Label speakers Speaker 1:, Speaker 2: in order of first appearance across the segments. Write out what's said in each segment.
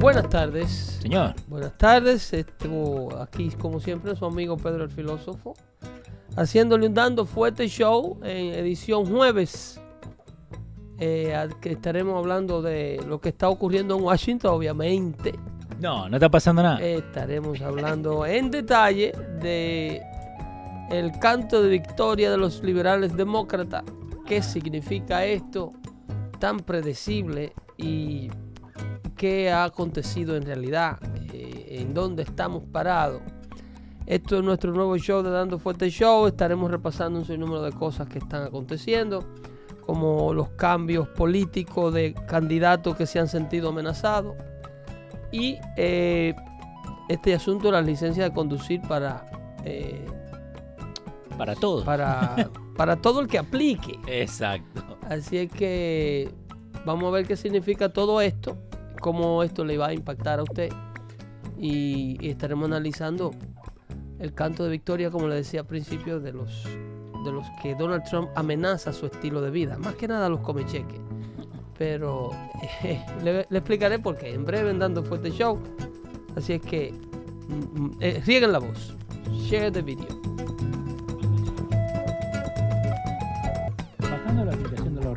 Speaker 1: Buenas tardes.
Speaker 2: Señor.
Speaker 1: Buenas tardes. Tengo aquí, como siempre, su amigo Pedro el Filósofo, haciéndole un dando fuerte show en edición jueves. eh, al que estaremos hablando de lo que está ocurriendo en Washington, obviamente.
Speaker 2: No, no está pasando nada.
Speaker 1: Eh, Estaremos hablando en detalle de el canto de victoria de los liberales demócratas. ¿Qué significa esto tan predecible y qué ha acontecido en realidad? Eh, ¿En dónde estamos parados? Esto es nuestro nuevo show de Dando Fuerte Show. Estaremos repasando un sinnúmero de cosas que están aconteciendo, como los cambios políticos de candidatos que se han sentido amenazados y eh, este asunto de las licencias de conducir para eh,
Speaker 2: Para todos.
Speaker 1: para para todo el que aplique
Speaker 2: Exacto.
Speaker 1: así es que vamos a ver qué significa todo esto cómo esto le va a impactar a usted y, y estaremos analizando el canto de victoria como le decía al principio de los de los que Donald Trump amenaza su estilo de vida más que nada los comecheques pero le, le explicaré por qué en breve en dando fuerte show así es que mm, mm, eh, rieguen la voz share the video
Speaker 3: Bajando la aplicación de los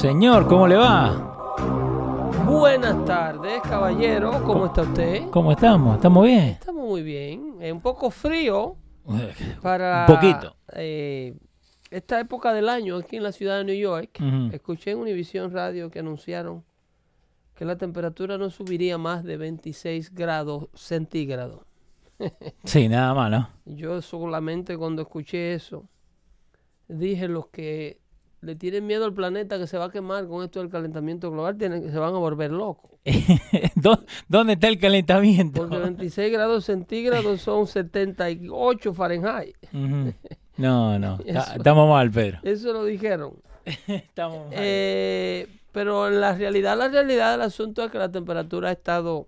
Speaker 2: Señor, ¿cómo le va?
Speaker 1: Buenas tardes, caballero. ¿Cómo está usted?
Speaker 2: ¿Cómo estamos? ¿Estamos bien?
Speaker 1: Estamos muy bien. Es un poco frío para.
Speaker 2: Un poquito.
Speaker 1: eh, esta época del año aquí en la ciudad de New York.
Speaker 2: Ujú.
Speaker 1: Escuché en Univision Radio que anunciaron que la temperatura no subiría más de 26 grados centígrados.
Speaker 2: Sí, nada más, ¿no?
Speaker 1: Yo solamente cuando escuché eso dije los que le tienen miedo al planeta que se va a quemar con esto del calentamiento global tienen, se van a volver locos.
Speaker 2: ¿Dó- ¿Dónde está el calentamiento?
Speaker 1: Porque 26 grados centígrados son 78 Fahrenheit.
Speaker 2: Ujú. No, no.
Speaker 1: Eso.
Speaker 2: ta- Estamos mal, Pedro.
Speaker 1: Eso lo dijeron.
Speaker 2: Estamos mal.
Speaker 1: Eh, pero en la realidad, la realidad del asunto es que la temperatura ha estado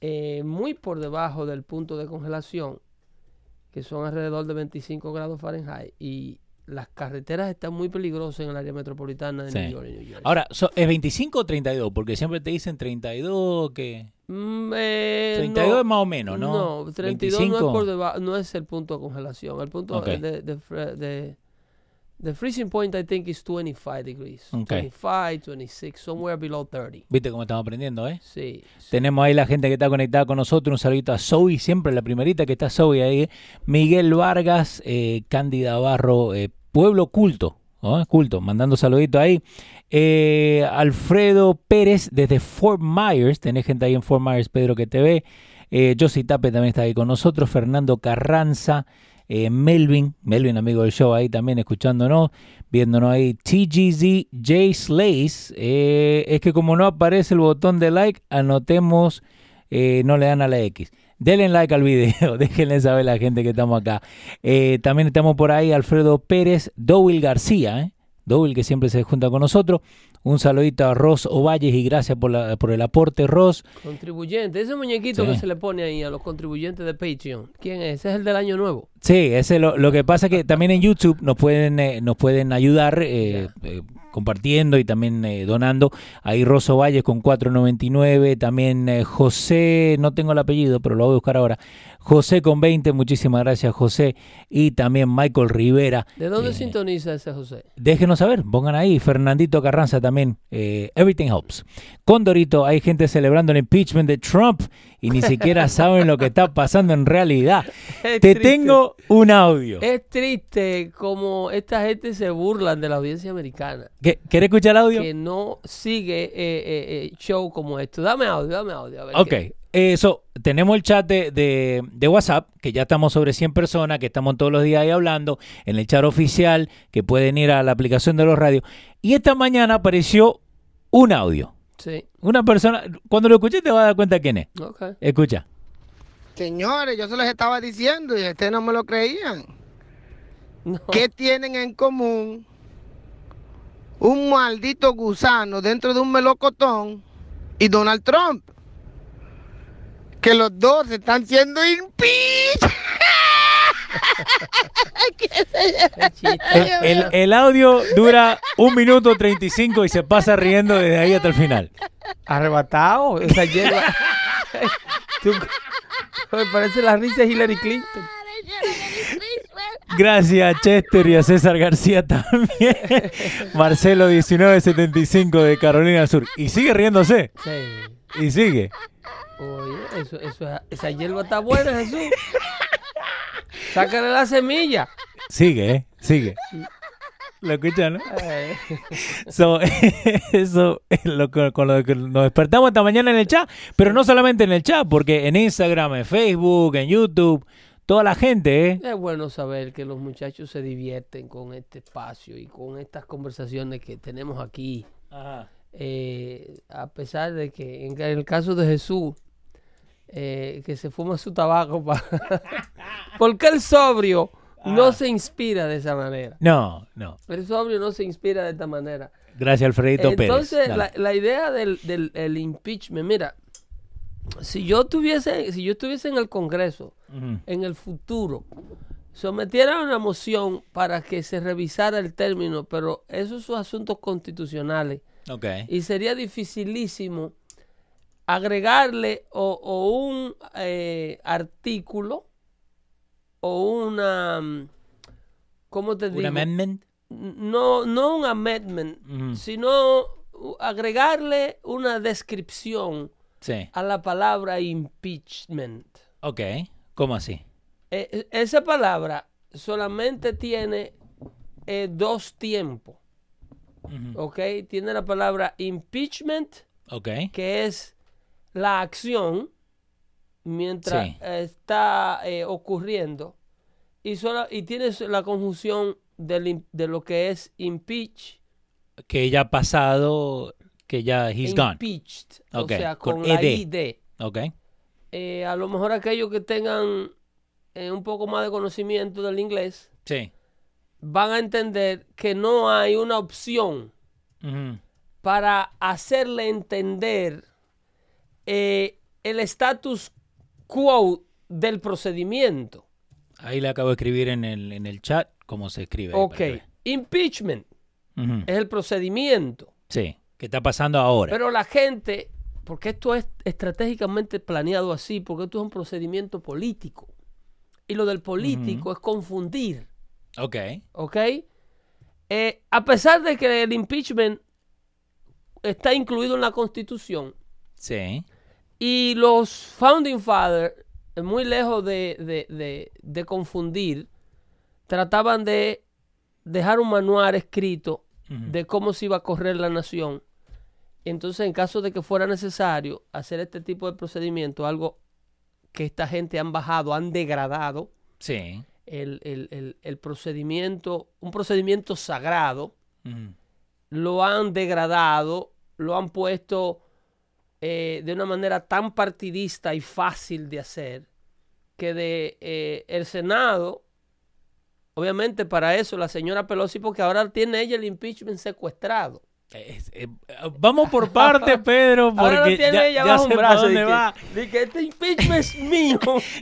Speaker 1: eh, muy por debajo del punto de congelación, que son alrededor de 25 grados Fahrenheit. Y las carreteras están muy peligrosas en el área metropolitana de
Speaker 2: Sí.
Speaker 1: New York. y New Jersey.
Speaker 2: Ahora, so- ¿es 25 o 32? Porque siempre te dicen 32 que...
Speaker 1: Mm, eh,
Speaker 2: 32
Speaker 1: no.
Speaker 2: es más o menos, ¿no?
Speaker 1: No, 32 no
Speaker 2: 25.
Speaker 1: es por deba- no es el punto de congelación. El punto
Speaker 2: Ok.
Speaker 1: de, de, fre- de- the freezing point I think is 25 degrees.
Speaker 2: Ok.
Speaker 1: 25, 26, somewhere below 30.
Speaker 2: Viste cómo estamos aprendiendo, ¿eh?
Speaker 1: Sí. sí.
Speaker 2: Tenemos ahí la gente que está conectada con nosotros. Un saludito a Zoe, siempre la primerita que está Zoe ahí. Miguel Vargas, eh, Cándida Barro, eh, Pueblo Culto. ¿no? Culto, mandando saludito ahí. Eh, Alfredo Pérez desde Fort Myers. Tenés gente ahí en Fort Myers, Pedro, que te ve. Eh, Josie Tape también está ahí con nosotros. Fernando Carranza. eh, Melvin, Melvin amigo del show ahí también escuchándonos, viéndonos ahí. TGZ J Slays. eh, es que como no aparece el botón de like, anotemos, eh, no le dan a la X. Denle like al video, déjenle saber a la gente que estamos acá. Eh, también estamos por ahí Alfredo Pérez, Dowil García, ¿eh? Dowil que siempre se junta con nosotros. Un saludito a Ross Ovalles y gracias por, la- por el aporte, Ross.
Speaker 1: Contribuyente, ese muñequito
Speaker 2: Sí.
Speaker 1: que se le pone ahí a los contribuyentes de Patreon. ¿Quién es? Ese es el del año nuevo.
Speaker 2: Sí, ese lo, lo que pasa es que también en YouTube nos pueden eh, nos pueden ayudar eh, eh, compartiendo y también eh, donando. Ahí Rosso Valles con 4.99, también eh, José, no tengo el apellido, pero lo voy a buscar ahora. José con 20, muchísimas gracias José y también Michael Rivera.
Speaker 1: ¿De dónde
Speaker 2: Eh,
Speaker 1: sintoniza ese José?
Speaker 2: Déjenos saber, pongan ahí, Fernandito Carranza también, eh, Everything Helps. Condorito, hay gente celebrando el impeachment de Trump y ni siquiera saben lo que está pasando en realidad.
Speaker 1: Es
Speaker 2: Te
Speaker 1: triste. Eh,
Speaker 2: tengo un audio.
Speaker 1: Es triste como esta gente se burlan de la audiencia americana
Speaker 2: ¿Qué- ¿Querés escuchar el audio?
Speaker 1: que no sigue eh, eh, eh, show como esto. Dame audio, dame audio. A ver
Speaker 2: Ok,
Speaker 1: qué-
Speaker 2: eso, tenemos el chat de, de- de WhatsApp, que ya estamos sobre 100 personas, que estamos todos los días ahí hablando, en el chat oficial, que pueden ir a la aplicación de los radios. Y esta mañana apareció un audio.
Speaker 1: Sí,
Speaker 2: Una persona, cuando lo escuches te vas a dar cuenta quién es.
Speaker 1: ok.
Speaker 2: Escucha.
Speaker 4: Señores, yo se los estaba diciendo y ustedes no me lo creían.
Speaker 1: No.
Speaker 4: ¿Qué tienen en común un maldito gusano dentro de un melocotón y Donald Trump? Que los dos están siendo impeach.
Speaker 1: Qué chiste.
Speaker 2: El, Eh, el- el audio dura un minuto 35 y se pasa riendo desde ahí hasta el final.
Speaker 1: Arrebatado, esa hierba. Tú- me parece la risa de Hillary Clinton.
Speaker 2: Gracias a Chester y a César García también. Marcelo 1975 de Carolina del Sur. Y sigue riéndose.
Speaker 1: Sí.
Speaker 2: Y sigue.
Speaker 1: Oye, eso, eso, es- esa hierba está buena, Jesús. Sácale la semilla.
Speaker 2: Sigue, ¿eh? Sigue. ¿Lo escuchan? no?
Speaker 1: Eh,
Speaker 2: So, eso es lo que- con lo que nos despertamos esta mañana en el chat. Pero no solamente en el chat, porque en Instagram, en Facebook, en YouTube, toda la gente, ¿eh?
Speaker 1: es bueno saber que los muchachos se divierten con este espacio y con estas conversaciones que tenemos aquí. Eh, a pesar de que en ca- el caso de Jesús, eh, que se fuma su tabaco, pa- porque el sobrio no se inspira de esa manera.
Speaker 2: No, no.
Speaker 1: El sobrio no se inspira de esta manera.
Speaker 2: Gracias, Alfredito
Speaker 1: Entonces,
Speaker 2: Pérez.
Speaker 1: la,
Speaker 2: Dale.
Speaker 1: la idea del, del- el impeachment, mira, si yo tuviese, si yo estuviese en el Congreso,
Speaker 2: Ujú.
Speaker 1: en el futuro, sometiera una moción para que se revisara el término, pero esos son asuntos constitucionales
Speaker 2: Ok.
Speaker 1: y sería dificilísimo agregarle o, o un eh, artículo o una, mm, ¿cómo te
Speaker 2: ¿Un
Speaker 1: digo?
Speaker 2: amendment?
Speaker 1: no, no un amendment,
Speaker 2: Ujú.
Speaker 1: sino u- agregarle una descripción
Speaker 2: Sí.
Speaker 1: a la palabra impeachment.
Speaker 2: Ok. ¿Cómo así?
Speaker 1: Eh, e- esa palabra solamente tiene eh, dos tiempos,
Speaker 2: Ujú.
Speaker 1: ¿ok? Tiene la palabra impeachment,
Speaker 2: Ok.
Speaker 1: que es la acción mientras
Speaker 2: Sí.
Speaker 1: eh, está eh, ocurriendo, y, sola- y tiene la conjunción del im- de lo que es impeach.
Speaker 2: Que ya ha pasado, que ya he's gone.
Speaker 1: impeached,
Speaker 2: Ok,
Speaker 1: o sea,
Speaker 2: con E
Speaker 1: con, la
Speaker 2: ED.
Speaker 1: ID.
Speaker 2: Ok.
Speaker 1: Eh, a lo mejor aquellos que tengan eh, un poco más de conocimiento del inglés
Speaker 2: Sí.
Speaker 1: van a entender que no hay una opción
Speaker 2: Ujú.
Speaker 1: para hacerle entender eh, el status quo del procedimiento.
Speaker 2: Ahí le acabo de escribir en el, en el chat cómo se escribe. ahí para
Speaker 1: ok,
Speaker 2: que vea.
Speaker 1: impeachment
Speaker 2: Ujú.
Speaker 1: es el procedimiento,
Speaker 2: Sí. ¿Qué está pasando ahora?
Speaker 1: pero la gente, porque esto es estratégicamente planeado así, porque esto es un procedimiento político, y lo del político es confundir.
Speaker 2: ok.
Speaker 1: ¿ok? Eh, a pesar de que el impeachment está incluido en la Constitución
Speaker 2: Sí.
Speaker 1: y los Founding Fathers, eh, muy lejos de, de- de- de confundir, trataban de dejar un manual escrito
Speaker 2: Ujú.
Speaker 1: de cómo se iba a correr la nación. Entonces, en caso de que fuera necesario hacer este tipo de procedimiento, algo que esta gente han bajado, han degradado,
Speaker 2: Sí.
Speaker 1: el, el- el- el procedimiento, un procedimiento sagrado,
Speaker 2: Ujú.
Speaker 1: lo han degradado, lo han puesto eh, de una manera tan partidista y fácil de hacer, que de eh, el Senado, obviamente para eso la señora Pelosi, porque ahora tiene ella el impeachment secuestrado.
Speaker 2: Es- eh, vamos por partes, Pedro, porque
Speaker 1: Ahora lo tiene
Speaker 2: ya,
Speaker 1: ella
Speaker 2: ya
Speaker 1: bajo
Speaker 2: sé
Speaker 1: un
Speaker 2: para
Speaker 1: brazo.
Speaker 2: dónde
Speaker 1: di que-
Speaker 2: va.
Speaker 1: di que este impeachment es mío.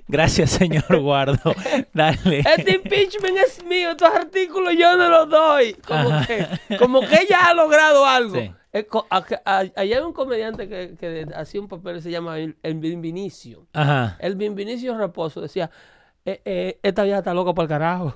Speaker 2: Gracias, señor Guardo. Dale.
Speaker 1: Este impeachment es mío. Estos artículos yo no los doy. Como,
Speaker 2: Ajá.
Speaker 1: que, como que ella ha logrado algo.
Speaker 2: Sí.
Speaker 1: Es co- a- a- Allá hay un comediante que, que hacía un papel que se llama El el Bienvinicio.
Speaker 2: Ajá.
Speaker 1: El Bienvinicio Raposo decía, "Eh, eh, esta vieja está loca para el carajo.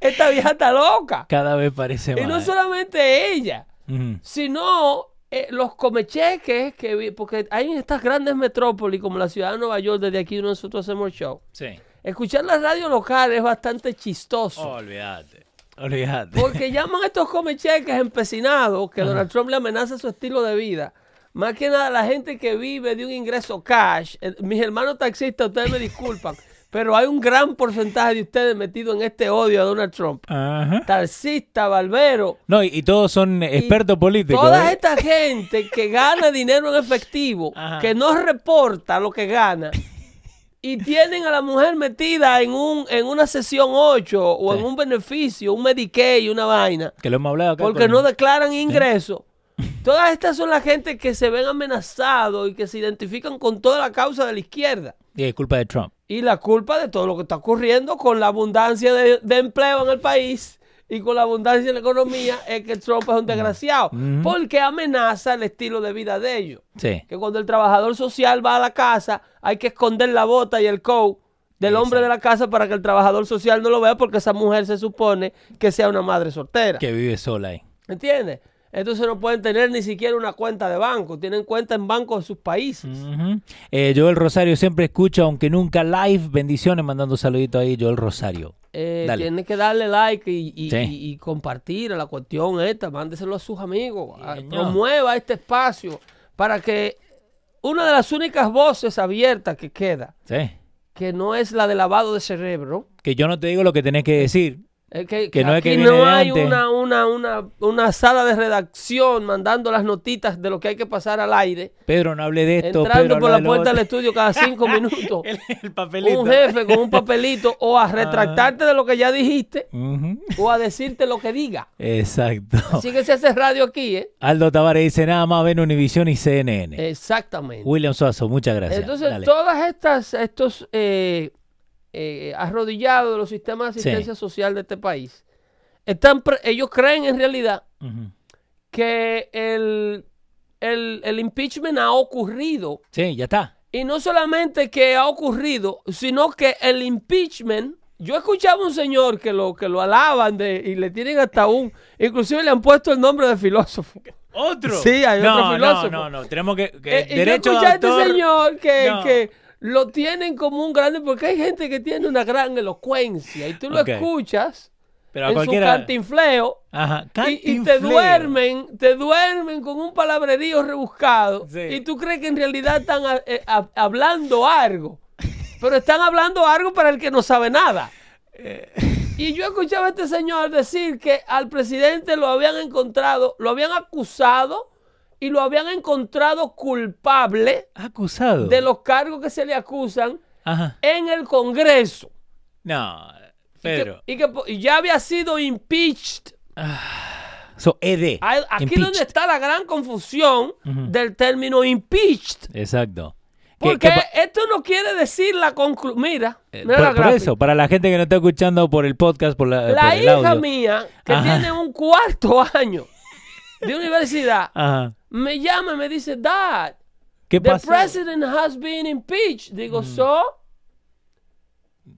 Speaker 1: esta vieja está loca.
Speaker 2: Cada vez parece
Speaker 1: Y
Speaker 2: más. eh.
Speaker 1: no solamente ella,
Speaker 2: Ujú.
Speaker 1: sino eh, los comecheques que vi- porque hay en estas grandes metrópolis como la ciudad de Nueva York, desde aquí nosotros hacemos show.
Speaker 2: Sí. Oh,
Speaker 1: Escuchar la radio local es bastante chistoso.
Speaker 2: Olvídate. Olvídate.
Speaker 1: Porque llaman a estos comecheques empecinados que Donald Trump le amenaza su estilo de vida. Más que nada la gente que vive de un ingreso cash. Eh, Mis hermanos taxistas, ustedes me disculpan, pero hay un gran porcentaje de ustedes metidos en este odio a Donald Trump.
Speaker 2: Ajá.
Speaker 1: Taxista, barbero.
Speaker 2: No, y, y todos son expertos
Speaker 1: y
Speaker 2: políticos.
Speaker 1: Toda
Speaker 2: ¿eh?
Speaker 1: esta gente que gana dinero en efectivo,
Speaker 2: Ajá.
Speaker 1: que no reporta lo que gana. Y tienen a la mujer metida en un en una sesión 8 o
Speaker 2: Sí.
Speaker 1: en un beneficio, un Medicaid, una vaina
Speaker 2: Que lo hemos hablado acá.
Speaker 1: porque
Speaker 2: con-
Speaker 1: no declaran ingresos. Todas estas son la gente que se ven amenazados y que se identifican con toda la causa de la izquierda.
Speaker 2: Y es culpa de Trump.
Speaker 1: Y la culpa de todo lo que está ocurriendo con la abundancia de, de empleo en el país y con la abundancia en la economía es que Trump es un desgraciado. Porque amenaza el estilo de vida de ellos.
Speaker 2: Sí.
Speaker 1: Que cuando el trabajador social va a la casa hay que esconder la bota y el coat del hombre de la casa para que el trabajador social no lo vea porque esa mujer se supone que sea una madre soltera.
Speaker 2: Que vive sola ahí.
Speaker 1: ¿Entiendes? Entonces no pueden tener ni siquiera una cuenta de banco, tienen cuenta en bancos de sus países.
Speaker 2: Ujú. Eh, Joel Rosario siempre escucha, aunque nunca live. Bendiciones, mandando un saludito ahí, Joel Rosario.
Speaker 1: Eh,
Speaker 2: Dale.
Speaker 1: tienen que darle like y, y-
Speaker 2: Sí.
Speaker 1: y- y compartir a la cuestión esta, mándeselo a sus amigos, a-
Speaker 2: señor.
Speaker 1: promueva este espacio para que una de las únicas voces abiertas que queda,
Speaker 2: Sí.
Speaker 1: que no es la de lavado de cerebro,
Speaker 2: Que yo no te digo lo que tenés que decir.
Speaker 1: es que,
Speaker 2: Que no es
Speaker 1: aquí
Speaker 2: que viene
Speaker 1: no
Speaker 2: de
Speaker 1: hay
Speaker 2: antes.
Speaker 1: una, una, una, una sala de redacción mandando las notitas de lo que hay que pasar al aire.
Speaker 2: Pedro, no hable de esto.
Speaker 1: entrando
Speaker 2: Pedro,
Speaker 1: por
Speaker 2: habla
Speaker 1: la
Speaker 2: de lo
Speaker 1: puerta del
Speaker 2: otro.
Speaker 1: estudio cada cinco minutos.
Speaker 2: El, Ah. el papelito.
Speaker 1: Un jefe con un papelito o a retractarte de lo que ya dijiste
Speaker 2: Ujú.
Speaker 1: o a decirte lo que diga.
Speaker 2: Exacto.
Speaker 1: Así que se hace radio aquí, ¿eh?
Speaker 2: Aldo Tavares dice, nada más ven Univisión y CNN.
Speaker 1: Exactamente.
Speaker 2: William Suazo, muchas gracias.
Speaker 1: Entonces,
Speaker 2: Dale.
Speaker 1: todas estas, estos eh, eh, arrodillados de los sistemas de
Speaker 2: Sí.
Speaker 1: asistencia social de este país, están pre- ellos creen en realidad
Speaker 2: Ujú.
Speaker 1: que el, el, el impeachment ha ocurrido
Speaker 2: Sí, ya está.
Speaker 1: Y no solamente que ha ocurrido, sino que el impeachment, yo escuchaba a un señor que lo, que lo alaban de, y le tienen hasta un, inclusive le han puesto el nombre de filósofo.
Speaker 2: ¿Otro?
Speaker 1: Sí, hay
Speaker 2: no,
Speaker 1: otro filósofo.
Speaker 2: No, no, no, tenemos que... que
Speaker 1: Eh, y
Speaker 2: derecho
Speaker 1: yo escuché
Speaker 2: de
Speaker 1: a este
Speaker 2: autor.
Speaker 1: señor que,
Speaker 2: No.
Speaker 1: que lo tienen como un grande, porque hay gente que tiene una gran elocuencia y tú lo
Speaker 2: Ok.
Speaker 1: escuchas
Speaker 2: Pero a
Speaker 1: en
Speaker 2: cualquiera-
Speaker 1: su cantinfleo.
Speaker 2: Ajá.
Speaker 1: Y, y te
Speaker 2: Cantinfleo.
Speaker 1: duermen, te duermen con un palabrerío rebuscado.
Speaker 2: Sí.
Speaker 1: Y tú crees que en realidad están a- eh, a- hablando algo. Pero están hablando algo para el que no sabe nada. Y yo escuchaba a este señor decir que al presidente lo habían encontrado, lo habían acusado y lo habían encontrado culpable
Speaker 2: Acusado.
Speaker 1: de los cargos que se le acusan
Speaker 2: Ajá.
Speaker 1: en el Congreso.
Speaker 2: No,
Speaker 1: Y que-
Speaker 2: Pedro.
Speaker 1: Y que, po- y ya había sido impeached
Speaker 2: So, E ED.
Speaker 1: Ay, Aquí
Speaker 2: Impeached.
Speaker 1: donde está la gran confusión del término impeached.
Speaker 2: Exacto. Que-
Speaker 1: Porque
Speaker 2: que pa-
Speaker 1: esto no quiere decir la conclusión. Mira,
Speaker 2: eh,
Speaker 1: mira la
Speaker 2: por, por
Speaker 1: gráfica.
Speaker 2: eso, para la gente que no está escuchando por el podcast, por la,
Speaker 1: La
Speaker 2: por el
Speaker 1: hija
Speaker 2: audio.
Speaker 1: mía, que
Speaker 2: Ajá.
Speaker 1: tiene un cuarto año de universidad,
Speaker 2: Ajá.
Speaker 1: me llama y me dice, Dad,
Speaker 2: ¿Qué
Speaker 1: the
Speaker 2: pasa? Mm.
Speaker 1: president has been impeached. Digo, so?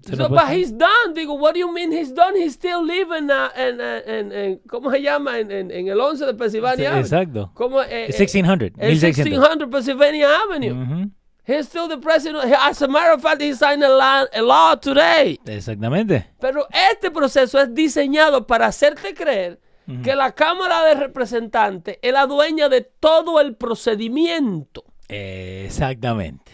Speaker 2: Se
Speaker 1: So,
Speaker 2: nos
Speaker 1: but
Speaker 2: pasa.
Speaker 1: he's done. Digo, what do you mean he's done? He's still living uh, en, en- en- en- ¿cómo se llama? En, en- en el 11 de Pennsylvania. Avenue.
Speaker 2: Exacto.
Speaker 1: ¿Cómo? Eh, eh,
Speaker 2: 1600,
Speaker 1: el
Speaker 2: 1600.
Speaker 1: 1600 Pennsylvania Avenue.
Speaker 2: Ujú.
Speaker 1: He's still the president. As a matter of fact, he signed a law, a law today.
Speaker 2: Exactamente.
Speaker 1: Pero este proceso es diseñado para hacerte creer que la Cámara de Representantes es la dueña de todo el procedimiento.
Speaker 2: Exactamente.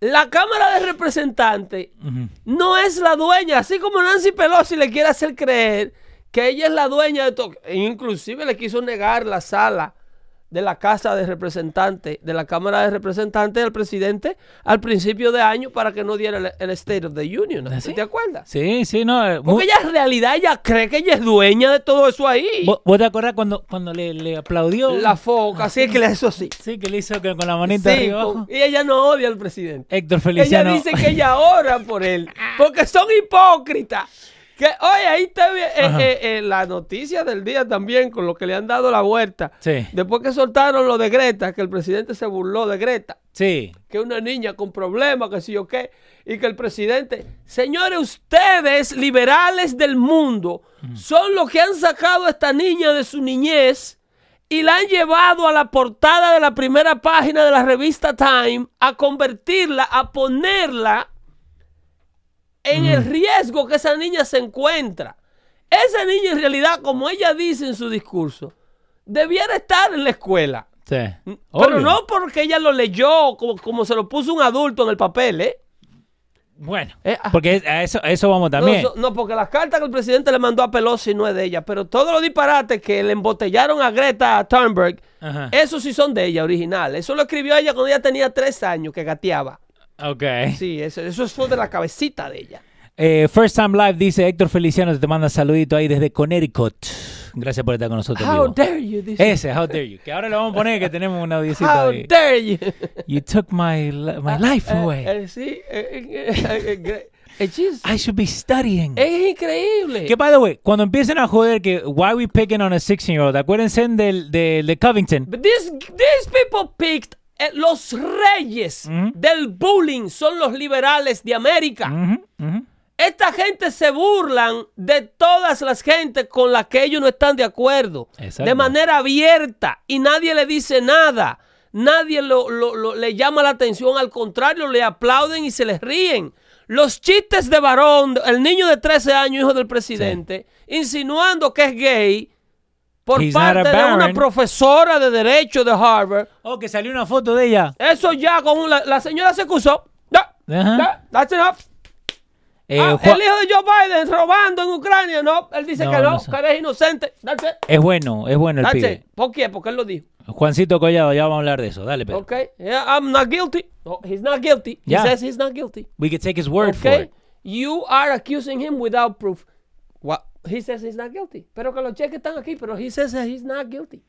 Speaker 1: La Cámara de Representantes
Speaker 2: Ujú.
Speaker 1: no es la dueña, así como Nancy Pelosi le quiere hacer creer que ella es la dueña de todo. E Inclusive le quiso negar la sala de la Casa de Representantes, de la Cámara de Representantes del presidente al principio de año para que no diera el, el State of the Union.
Speaker 2: ¿Ah, sí?
Speaker 1: ¿Te acuerdas?
Speaker 2: Sí, sí, no. eh, mu-
Speaker 1: Porque ella en realidad ella cree que ella es dueña de todo eso ahí.
Speaker 2: ¿Vos, vos te acordás cuando, cuando le, le aplaudió?
Speaker 1: La foca, así es que le eso sí.
Speaker 2: Sí, que le hizo que- con la manita
Speaker 1: Sí,
Speaker 2: arriba
Speaker 1: con-
Speaker 2: abajo.
Speaker 1: y ella no odia al presidente.
Speaker 2: Héctor
Speaker 1: Ella
Speaker 2: Feliciano.
Speaker 1: dice que ella ora por él, porque son hipócritas. Que, oye, ahí está eh,
Speaker 2: Ajá.
Speaker 1: eh, eh, la noticia del día también, con lo que le han dado la vuelta.
Speaker 2: Sí.
Speaker 1: Después que soltaron lo de Greta, que el presidente se burló de Greta,
Speaker 2: Sí.
Speaker 1: que una niña con problemas, que sí yo qué, y que el presidente, señores, ustedes, liberales del mundo, son los que han sacado a esta niña de su niñez y la han llevado a la portada de la primera página de la revista Time a convertirla, a ponerla en el riesgo que esa niña se encuentra. Esa niña en realidad, como ella dice en su discurso, debiera estar en la escuela.
Speaker 2: Sí.
Speaker 1: Pero
Speaker 2: Obvio.
Speaker 1: no porque ella lo leyó como, como se lo puso un adulto en el papel, ¿eh?
Speaker 2: Bueno.
Speaker 1: Eh, ah,
Speaker 2: Porque a eso, a eso vamos también.
Speaker 1: No, so- no, porque las cartas que el presidente le mandó a Pelosi no es de ella, pero todos los disparates que le embotellaron a Greta Thunberg,
Speaker 2: Ajá.
Speaker 1: eso sí son de ella, original. Eso lo escribió ella cuando ella tenía tres años, que gateaba.
Speaker 2: Ok.
Speaker 1: Sí, eso, eso fue de la cabecita de ella.
Speaker 2: Eh, First Time Live dice Héctor Feliciano, te manda saludito ahí desde Connecticut. Gracias por estar con nosotros. en
Speaker 1: How
Speaker 2: vivo.
Speaker 1: dare you, dice.
Speaker 2: Ese, How Dare You. Que ahora lo vamos a poner que tenemos una audiencita
Speaker 1: How
Speaker 2: ahí.
Speaker 1: dare you.
Speaker 2: You took my, li- my life
Speaker 1: Eh,
Speaker 2: away.
Speaker 1: eh, sí, eh, eh, eh, eh, eh, Jesus.
Speaker 2: I should be studying.
Speaker 1: es increíble.
Speaker 2: Que by the way, cuando empiecen a joder que why we picking on a 16 year old, acuérdense del, del de Covington.
Speaker 1: But these, these people picked eh, los reyes del bullying son los liberales de América.
Speaker 2: Ujú, ujú.
Speaker 1: Esta gente se burlan de todas las gentes con las que ellos no están de acuerdo.
Speaker 2: Exacto.
Speaker 1: De manera abierta y nadie le dice nada. Nadie lo- lo- lo- le llama la atención, al contrario, le aplauden y se les ríen. Los chistes de varón, el niño de 13 años, hijo del presidente, insinuando que es gay por
Speaker 2: He's not a
Speaker 1: parte de una
Speaker 2: Baron.
Speaker 1: profesora de derecho de Harvard.
Speaker 2: Oh, que salió una foto de ella.
Speaker 1: Eso ya con un- la, la señora se excusó. Ya,
Speaker 2: Ajá.
Speaker 1: ya, that's enough.
Speaker 2: Eh,
Speaker 1: Ah,
Speaker 2: Ju-
Speaker 1: el hijo de Joe Biden robando en Ucrania, no. Él dice
Speaker 2: No,
Speaker 1: que no,
Speaker 2: no sé.
Speaker 1: que eres inocente. That's it.
Speaker 2: Es bueno, es bueno el
Speaker 1: That's
Speaker 2: pibe.
Speaker 1: it. ¿Por qué? Porque él lo dijo.
Speaker 2: Juancito Collado, ya vamos a hablar de eso. Dale, pero.
Speaker 1: Ok. Yeah, I'm not guilty. No, he's not guilty.
Speaker 2: Yeah.
Speaker 1: He says he's not guilty.
Speaker 2: We can take his word for
Speaker 1: Okay.
Speaker 2: it.
Speaker 1: You are accusing him without proof. What? He says he's not guilty. Pero que los cheques están aquí, pero he says that he's not guilty.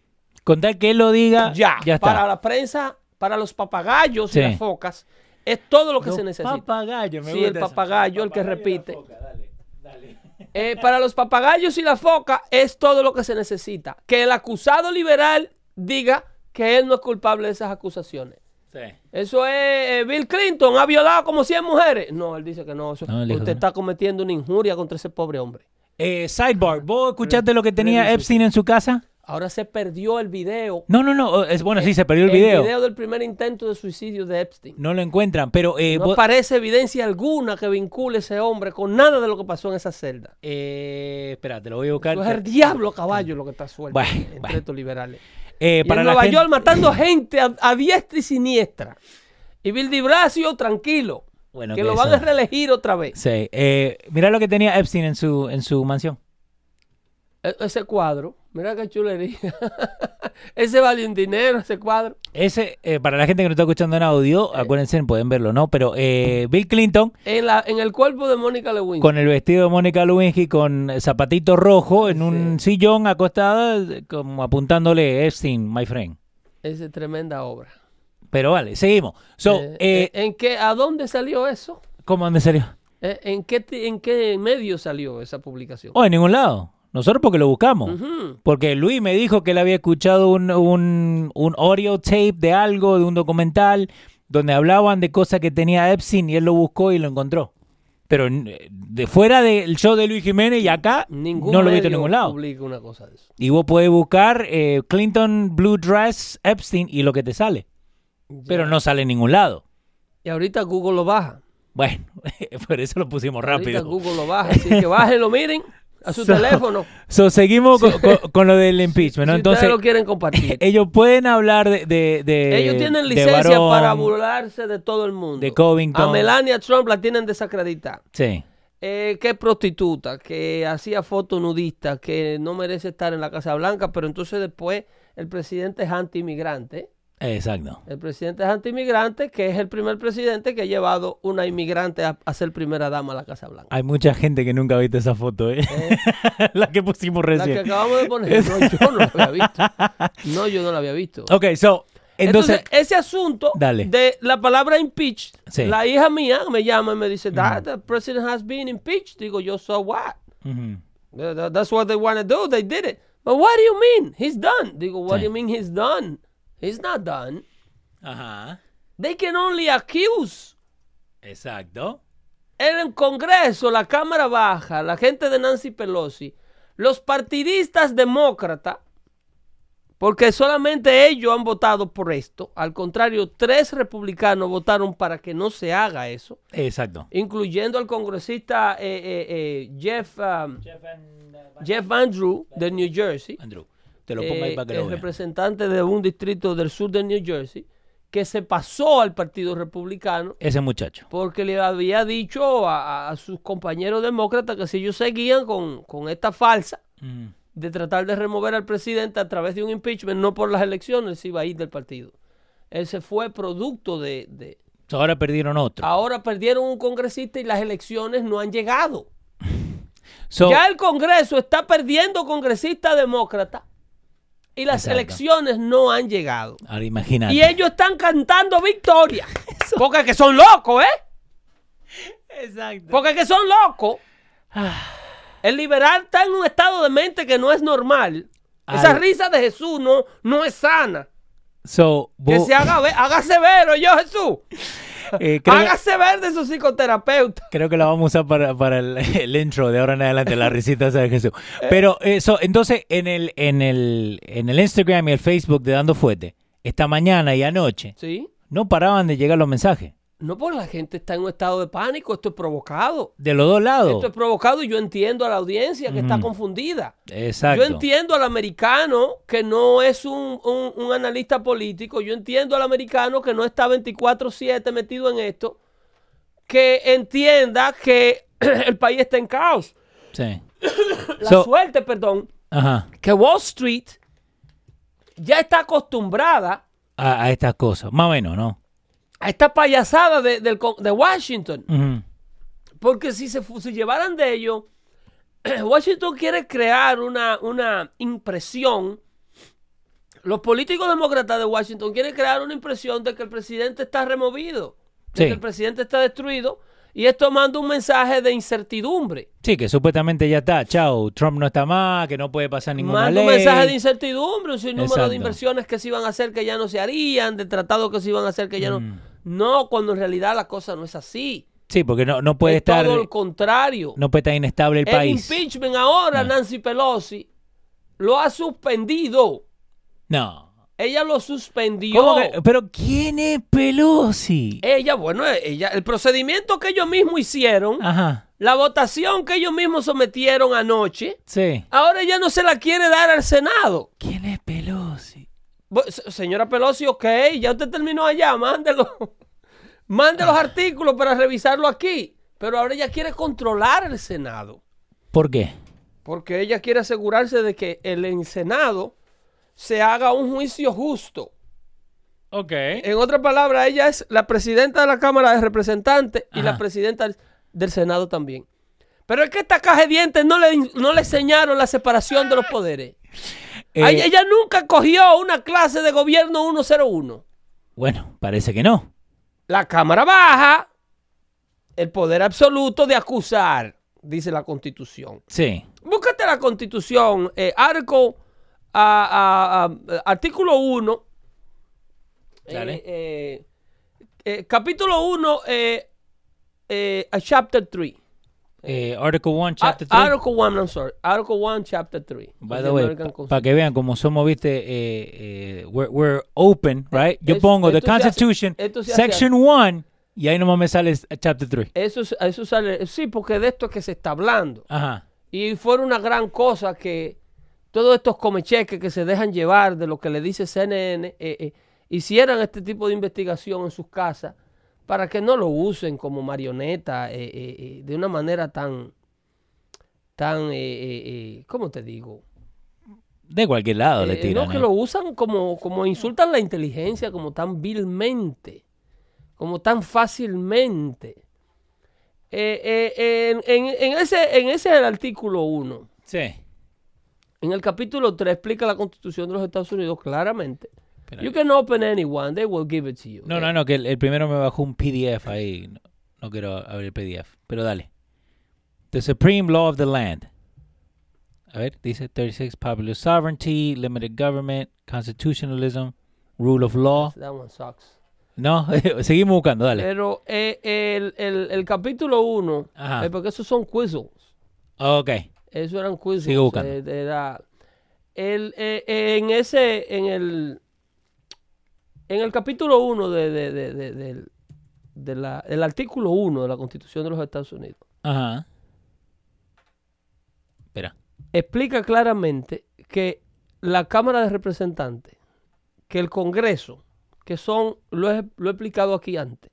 Speaker 2: Con tal que él lo diga,
Speaker 1: Ya.
Speaker 2: ya, está.
Speaker 1: Para la prensa, para los papagayos y
Speaker 2: Sí.
Speaker 1: las focas, es todo lo que se
Speaker 2: Los
Speaker 1: necesita.
Speaker 2: papagayos, me
Speaker 1: Sí,
Speaker 2: gusta
Speaker 1: el
Speaker 2: eso.
Speaker 1: papagayo, el que
Speaker 2: Papagayo y la
Speaker 1: repite.
Speaker 2: foca, dale, dale.
Speaker 1: Eh, para los papagayos y la foca es todo lo que se necesita. Que el acusado liberal diga que él no es culpable de esas acusaciones.
Speaker 2: Sí.
Speaker 1: Eso es eh, Bill Clinton, ha violado como 100 mujeres. No, él dice que no. Eso,
Speaker 2: No, él dijo
Speaker 1: usted
Speaker 2: que no.
Speaker 1: está cometiendo una injuria contra ese pobre hombre.
Speaker 2: Eh, sidebar, ¿vos escuchaste lo que tenía Epstein en su casa?
Speaker 1: Ahora se perdió el video.
Speaker 2: No, no, no. Es, bueno,
Speaker 1: Eh,
Speaker 2: sí, se perdió el video.
Speaker 1: del primer intento de suicidio de Epstein.
Speaker 2: No lo encuentran, pero eh,
Speaker 1: No
Speaker 2: vos-
Speaker 1: aparece evidencia alguna que vincule ese hombre con nada de lo que pasó en esa celda.
Speaker 2: Eh, espera, te lo voy a buscar.
Speaker 1: Eso es el diablo a caballo lo que está suelto
Speaker 2: Bueno,
Speaker 1: entre
Speaker 2: bueno.
Speaker 1: estos liberales.
Speaker 2: Eh,
Speaker 1: Y
Speaker 2: para
Speaker 1: en
Speaker 2: la
Speaker 1: Nueva
Speaker 2: gente-
Speaker 1: York matando gente a, a diestra y siniestra. Y Bill Di Blasio, tranquilo.
Speaker 2: Bueno,
Speaker 1: que
Speaker 2: que
Speaker 1: lo
Speaker 2: eso-
Speaker 1: van a reelegir otra vez.
Speaker 2: Sí, eh, mira lo que tenía Epstein en su, en su mansión.
Speaker 1: E- ese cuadro, mira qué chulería. ese vale un dinero, ese cuadro.
Speaker 2: Ese, eh, para la gente que no está escuchando en audio,
Speaker 1: Eh.
Speaker 2: acuérdense, pueden verlo, ¿no? Pero eh, Bill Clinton,
Speaker 1: En, la, en el cuerpo de Mónica Lewinsky.
Speaker 2: con el vestido de Mónica Lewinsky, con eh, zapatito rojo, en un sillón acostada, eh, como apuntándole Epstein, my friend.
Speaker 1: Esa es tremenda obra.
Speaker 2: Pero vale, seguimos. So,
Speaker 1: Eh,
Speaker 2: eh,
Speaker 1: eh, ¿en qué, ¿A dónde salió eso?
Speaker 2: ¿Cómo dónde salió?
Speaker 1: Eh, ¿En qué, ti- ¿En qué medio salió esa publicación?
Speaker 2: Oh, en ningún lado. Nosotros porque lo buscamos.
Speaker 1: Ujú.
Speaker 2: Porque Luis me dijo que él había escuchado un, un, un audio tape de algo, de un documental, donde hablaban de cosas que tenía Epstein y él lo buscó y lo encontró. Pero eh, de fuera del show de Luis Jiménez y acá,
Speaker 1: Ningún
Speaker 2: no lo he
Speaker 1: medio
Speaker 2: visto en ningún lado.
Speaker 1: publica una cosa de eso.
Speaker 2: Y vos podés buscar eh, Clinton Blue Dress Epstein y lo que te sale. Pero no sale en ningún lado.
Speaker 1: Y ahorita Google lo baja.
Speaker 2: Bueno, por eso lo pusimos
Speaker 1: Ahorita
Speaker 2: rápido.
Speaker 1: Google lo baja. Así que bájenlo, miren, a su
Speaker 2: So-
Speaker 1: teléfono.
Speaker 2: So, seguimos con, con- con lo del impeachment. ¿no?
Speaker 1: si
Speaker 2: Entonces,
Speaker 1: ustedes lo quieren compartir.
Speaker 2: ellos pueden hablar de... de- de-
Speaker 1: Ellos tienen
Speaker 2: de
Speaker 1: licencia
Speaker 2: varón,
Speaker 1: para burlarse de todo el mundo.
Speaker 2: de Covington.
Speaker 1: A Melania Trump la tienen desacreditada.
Speaker 2: Sí.
Speaker 1: Eh, que es prostituta, que hacía fotos nudistas, que no merece estar en la Casa Blanca, pero entonces después el presidente es antimigrante.
Speaker 2: Exacto.
Speaker 1: El presidente es antimigrante, que es el primer presidente que ha llevado una inmigrante a, a ser primera dama a la Casa Blanca.
Speaker 2: Hay mucha gente que nunca ha visto esa foto, ¿eh?
Speaker 1: Eh,
Speaker 2: la que pusimos
Speaker 1: la que
Speaker 2: recién.
Speaker 1: acabamos de poner, no, yo no la había visto. No, yo no la había visto.
Speaker 2: Ok, so, entonces,
Speaker 1: Entonces, ese asunto
Speaker 2: Dale.
Speaker 1: de la palabra impeach,
Speaker 2: Sí.
Speaker 1: la hija mía me llama y me dice, Dad, the president has been impeached. Digo, yo, so what?
Speaker 2: Ujú.
Speaker 1: Th- th- That's what they want to do. They did it. But what do you mean? He's done. Digo, what
Speaker 2: Sí.
Speaker 1: do you mean he's done? He's not done.
Speaker 2: Ajá.
Speaker 1: They can only accuse.
Speaker 2: Exacto.
Speaker 1: En el Congreso, la Cámara Baja, la gente de Nancy Pelosi, los partidistas demócratas, porque solamente ellos han votado por esto. Al contrario, tres republicanos votaron para que no se haga eso,
Speaker 2: Exacto.
Speaker 1: incluyendo al congresista eh, eh, eh, Jeff, um, Jeff Andrew de New Jersey.
Speaker 2: Andrew, te lo pongo ahí
Speaker 1: eh,
Speaker 2: para que
Speaker 1: el
Speaker 2: lo vean.
Speaker 1: representante de un distrito del sur de New Jersey, que se pasó al Partido Republicano
Speaker 2: Ese muchacho.
Speaker 1: porque le había dicho a, a- a sus compañeros demócratas que si ellos seguían con, con esta falsa
Speaker 2: Mm.
Speaker 1: de tratar de remover al presidente a través de un impeachment, no por las elecciones, él se iba a ir del partido. Ese fue producto de... de-
Speaker 2: So, Ahora perdieron otro.
Speaker 1: Ahora perdieron un congresista y las elecciones no han llegado.
Speaker 2: So,
Speaker 1: ya el Congreso está perdiendo congresistas demócratas y las
Speaker 2: Exacto.
Speaker 1: elecciones no han llegado.
Speaker 2: ahora imagínate.
Speaker 1: Y ellos están cantando victoria. Porque que son locos, ¿eh?
Speaker 2: Exacto.
Speaker 1: Porque que son locos.
Speaker 2: Ah.
Speaker 1: El liberal está en un estado de mente que no es normal. Esa
Speaker 2: Al-
Speaker 1: risa de Jesús no, no es sana.
Speaker 2: So,
Speaker 1: Que
Speaker 2: vos,
Speaker 1: se haga ver, hágase ver, yo Jesús.
Speaker 2: eh, creo, que-
Speaker 1: Hágase ver de su psicoterapeuta.
Speaker 2: creo que la vamos a usar para, para el, el intro de ahora en adelante, la risita esa de Jesús.
Speaker 1: Eh.
Speaker 2: Pero eso, entonces, en el, en el, en el Instagram y el Facebook de Dando Fuete, esta mañana y anoche,
Speaker 1: Sí.
Speaker 2: no paraban de llegar los mensajes.
Speaker 1: No, porque la gente está en un estado de pánico. Esto es provocado.
Speaker 2: De los dos lados.
Speaker 1: Esto es provocado y yo entiendo a la audiencia que está confundida.
Speaker 2: Exacto.
Speaker 1: Yo entiendo al americano que no es un, un- un analista político, yo entiendo al americano que no está 24/7 metido en esto, que entienda que el país está en caos.
Speaker 2: Sí.
Speaker 1: La
Speaker 2: So-
Speaker 1: suerte, perdón,
Speaker 2: Ajá.
Speaker 1: que Wall Street ya está acostumbrada
Speaker 2: A, a estas cosas. Más o menos, ¿no?
Speaker 1: a esta payasada de, del con- de Washington.
Speaker 2: Ujú.
Speaker 1: Porque si se, fu- se llevaran de ellos, Washington quiere crear una, una impresión. Los políticos demócratas de Washington quieren crear una impresión de que el presidente está removido, de
Speaker 2: Sí.
Speaker 1: que el presidente está destruido, y esto manda un mensaje de incertidumbre.
Speaker 2: Sí, que supuestamente ya está. Chao, Trump no está más, que no puede pasar ninguna
Speaker 1: Manda
Speaker 2: ley.
Speaker 1: un mensaje de incertidumbre, un sinnúmero
Speaker 2: Exacto.
Speaker 1: de inversiones que se iban a hacer que ya no se harían, de tratados que se iban a hacer que ya
Speaker 2: Mm.
Speaker 1: no. No, cuando en realidad la cosa no es así.
Speaker 2: Sí, porque no, no puede
Speaker 1: es
Speaker 2: estar
Speaker 1: todo lo contrario.
Speaker 2: no puede estar inestable el,
Speaker 1: El
Speaker 2: país. Ah.
Speaker 1: impeachment ahora, Nancy Pelosi, lo ha suspendido.
Speaker 2: No.
Speaker 1: Ella lo suspendió.
Speaker 2: ¿Cómo que- Pero ¿quién es Pelosi?
Speaker 1: Ella, bueno, ella, el procedimiento que ellos mismos hicieron,
Speaker 2: Ajá.
Speaker 1: la votación que ellos mismos sometieron anoche,
Speaker 2: Sí.
Speaker 1: ahora ella no se la quiere dar al Senado.
Speaker 2: ¿Quién es Pelosi?
Speaker 1: Bo- se- Señora Pelosi, ok, ya usted terminó allá, mándelo. Mande
Speaker 2: Ah.
Speaker 1: los artículos para revisarlo aquí. Pero ahora ella quiere controlar el Senado.
Speaker 2: ¿Por qué?
Speaker 1: Porque ella quiere asegurarse de que el en Senado se haga un juicio justo.
Speaker 2: Ok.
Speaker 1: En otras palabras, ella es la presidenta de la Cámara de Representantes y la
Speaker 2: Ajá.
Speaker 1: presidenta del- del Senado también. Pero es que esta caja de dientes no le, no le enseñaron la separación de los poderes.
Speaker 2: Eh,
Speaker 1: A ella, ella nunca cogió una clase de gobierno 101.
Speaker 2: Bueno, parece que no.
Speaker 1: La Cámara baja el poder absoluto de acusar, dice la Constitución.
Speaker 2: Sí.
Speaker 1: Búscate la constitución, eh, arco, ah, ah, ah, artículo 1,
Speaker 2: Dale.
Speaker 1: eh, capítulo 1, chapter 3.
Speaker 2: Eh, article 1,
Speaker 1: Ah,
Speaker 2: chapter 3.
Speaker 1: Article 1, I'm sorry. Article 1, chapter 3.
Speaker 2: By the way, para que vean como somos, viste, eh, eh, we're, we're open, right? Yo
Speaker 1: Eh, es-
Speaker 2: pongo the
Speaker 1: esto se hace-
Speaker 2: Constitution,
Speaker 1: esto se hace
Speaker 2: Section 1, y ahí nomás me sale s- Chapter 3.
Speaker 1: eso, es- eso sale, sí, porque de esto es que se está hablando.
Speaker 2: Ajá.
Speaker 1: Y fuera una gran cosa que todos estos comecheques que se dejan llevar de lo que le dice CNN eh, eh, hicieran este tipo de investigación en sus casas para que no lo usen como marioneta eh, eh, eh, de una manera tan, tan, eh, eh, eh, ¿cómo te digo?
Speaker 2: De cualquier lado le
Speaker 1: Eh,
Speaker 2: tiran.
Speaker 1: no, que
Speaker 2: ¿eh?
Speaker 1: lo usan como, como insultan la inteligencia, como tan vilmente, como tan fácilmente. Eh, eh, eh, en, en- en ese, en ese es el artículo 1.
Speaker 2: Sí.
Speaker 1: En el capítulo 3 explica la constitución de los Estados Unidos claramente.
Speaker 2: Espera.
Speaker 1: You can open anyone, they will give it to you.
Speaker 2: No, no, no, que el, el primero me bajó un PDF ahí. No, no quiero abrir el PDF, pero dale. The Supreme Law of the Land. A ver, dice 36 Popular Sovereignty, Limited Government, Constitutionalism, Rule of Law.
Speaker 1: That one sucks.
Speaker 2: No, seguimos buscando, dale.
Speaker 1: Pero eh, el, el- el capítulo 1,
Speaker 2: Ajá.
Speaker 1: porque esos son quizzes.
Speaker 2: Ok.
Speaker 1: Eso eran quizzes.
Speaker 2: Sigo buscando.
Speaker 1: eh, de la- el, eh, eh, en ese, en el, en el capítulo 1 de, de- de- de- del- de la- del artículo 1 de la Constitución de los Estados Unidos,
Speaker 2: Ajá. Espera.
Speaker 1: explica claramente que la Cámara de Representantes, que el Congreso, que son, lo he, lo he explicado aquí antes,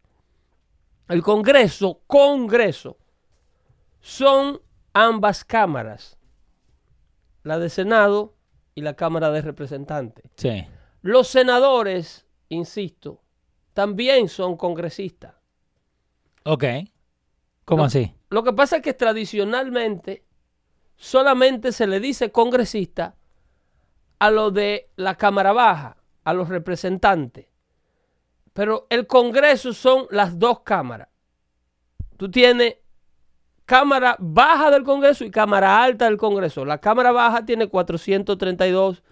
Speaker 1: el Congreso, Congreso, son ambas cámaras, la de Senado y la Cámara de Representantes.
Speaker 2: Sí.
Speaker 1: Los senadores, insisto, también son congresistas.
Speaker 2: Ok. ¿Cómo
Speaker 1: No.
Speaker 2: así?
Speaker 1: Lo que pasa es que tradicionalmente solamente se le dice congresista a los de la Cámara Baja, a los representantes. Pero el Congreso son las dos cámaras. Tú tienes Cámara Baja del Congreso y Cámara Alta del Congreso. La Cámara Baja tiene 432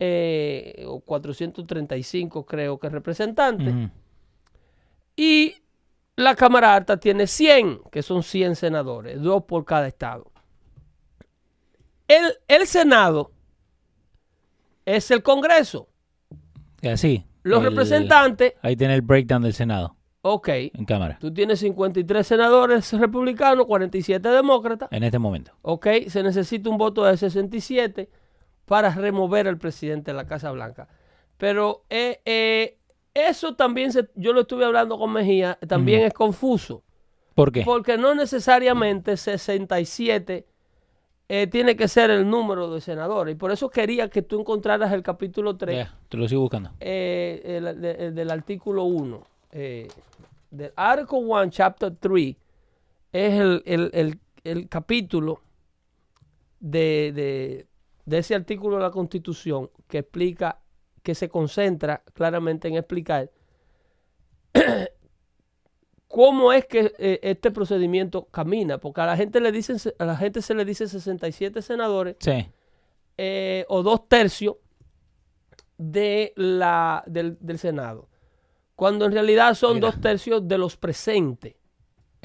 Speaker 1: eh, o 435 creo que representantes.
Speaker 2: Ujú.
Speaker 1: Y la Cámara Alta tiene 100, que son 100 senadores, dos por cada estado. El, el Senado es el Congreso.
Speaker 2: Y Así.
Speaker 1: Los
Speaker 2: El-
Speaker 1: representantes,
Speaker 2: Ahí tiene el breakdown del Senado
Speaker 1: ok,
Speaker 2: en cámara.
Speaker 1: tú tienes 53 senadores republicanos, 47 demócratas,
Speaker 2: En este momento.
Speaker 1: ok, se necesita un voto de 67 para remover al presidente de la Casa Blanca. Pero eh, eh, eso también, se- yo lo estuve hablando con Mejía, también
Speaker 2: Ujú.
Speaker 1: es confuso.
Speaker 2: ¿Por qué?
Speaker 1: Porque no necesariamente 67 eh, tiene que ser el número de senadores. Y por eso quería que tú encontraras el capítulo 3
Speaker 2: Ya, te lo sigo buscando.
Speaker 1: eh, el- de- el del artículo 1. eh, del Article 1, Chapter 3, es el, el- el- el capítulo de, de- de ese artículo de la Constitución que explica, que se concentra claramente en explicar cómo es que eh, este procedimiento camina. Porque a la gente le dicen, a la gente se le dice 67 senadores
Speaker 2: Sí.
Speaker 1: eh, o dos tercios de la, del, del Senado. Cuando en realidad son
Speaker 2: Mira.
Speaker 1: dos tercios de los presentes.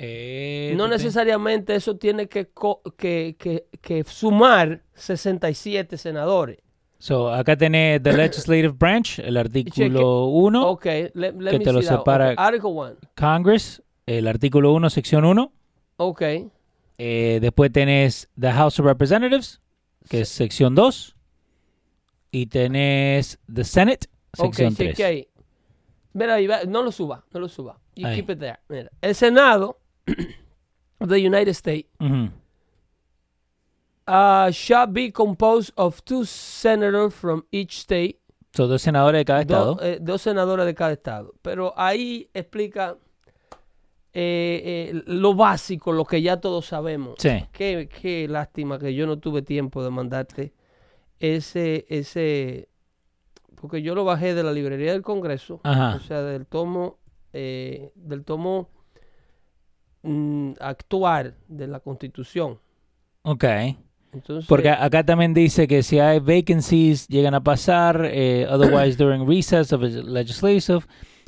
Speaker 2: Eh,
Speaker 1: No
Speaker 2: tú te-
Speaker 1: necesariamente eso tiene que, co- que, que- que sumar 67 senadores.
Speaker 2: So, acá tenés The Legislative Branch, el artículo 1,
Speaker 1: Ok, le- let me
Speaker 2: que te lo
Speaker 1: see that.
Speaker 2: separa-
Speaker 1: Ok, Article 1.
Speaker 2: Congress, el artículo 1, sección 1.
Speaker 1: Ok,
Speaker 2: Eh, después tenés The House of Representatives, que es sección 2. Y tenés The Senate,
Speaker 1: ok,
Speaker 2: sección
Speaker 1: cheque
Speaker 2: 3.
Speaker 1: ahí. Mira, ahí va- no lo suba, no lo suba. You
Speaker 2: Ahí.
Speaker 1: keep it there. Mira, El Senado of the United States
Speaker 2: Ujú.
Speaker 1: uh, shall be composed of two senators from each state
Speaker 2: Son dos senadores de cada estado.
Speaker 1: Dos, eh, dos senadores de cada estado. Pero ahí explica eh, eh, lo básico, lo que ya todos sabemos.
Speaker 2: Sí.
Speaker 1: Qué, qué lástima que yo no tuve tiempo de mandarte ese, ese, porque yo lo bajé de la librería del Congreso,
Speaker 2: Ajá.
Speaker 1: o sea, del tomo, eh, del tomo mm, actual de la Constitución.
Speaker 2: Ok.
Speaker 1: Entonces,
Speaker 2: Porque acá también dice que si hay vacancies, llegan a pasar, eh, otherwise during recess of legislative,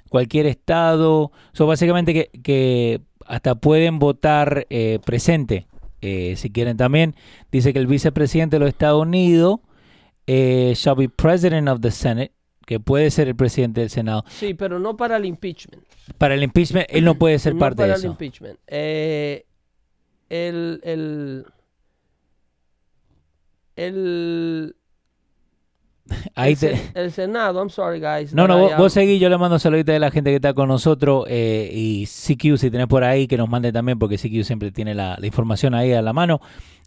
Speaker 2: cualquier estado. So, básicamente que, que hasta pueden votar eh, presente, eh, si quieren también. Dice que el vicepresidente de los Estados Unidos eh, shall be president of the Senate, que puede ser el presidente del Senado.
Speaker 1: sí, pero no para el impeachment.
Speaker 2: Para el impeachment, él no puede ser
Speaker 1: No
Speaker 2: parte
Speaker 1: para
Speaker 2: de
Speaker 1: el
Speaker 2: eso.
Speaker 1: impeachment. Eh, el, el, el,
Speaker 2: Ahí
Speaker 1: el se-
Speaker 2: te...
Speaker 1: el Senado, I'm sorry guys.
Speaker 2: No,
Speaker 1: that
Speaker 2: no,
Speaker 1: I
Speaker 2: vos,
Speaker 1: am-
Speaker 2: vos seguí, yo le mando saluditos a la gente que está con nosotros eh, y CQ si tenés por ahí que nos mande también porque CQ siempre tiene la, la información ahí a la mano.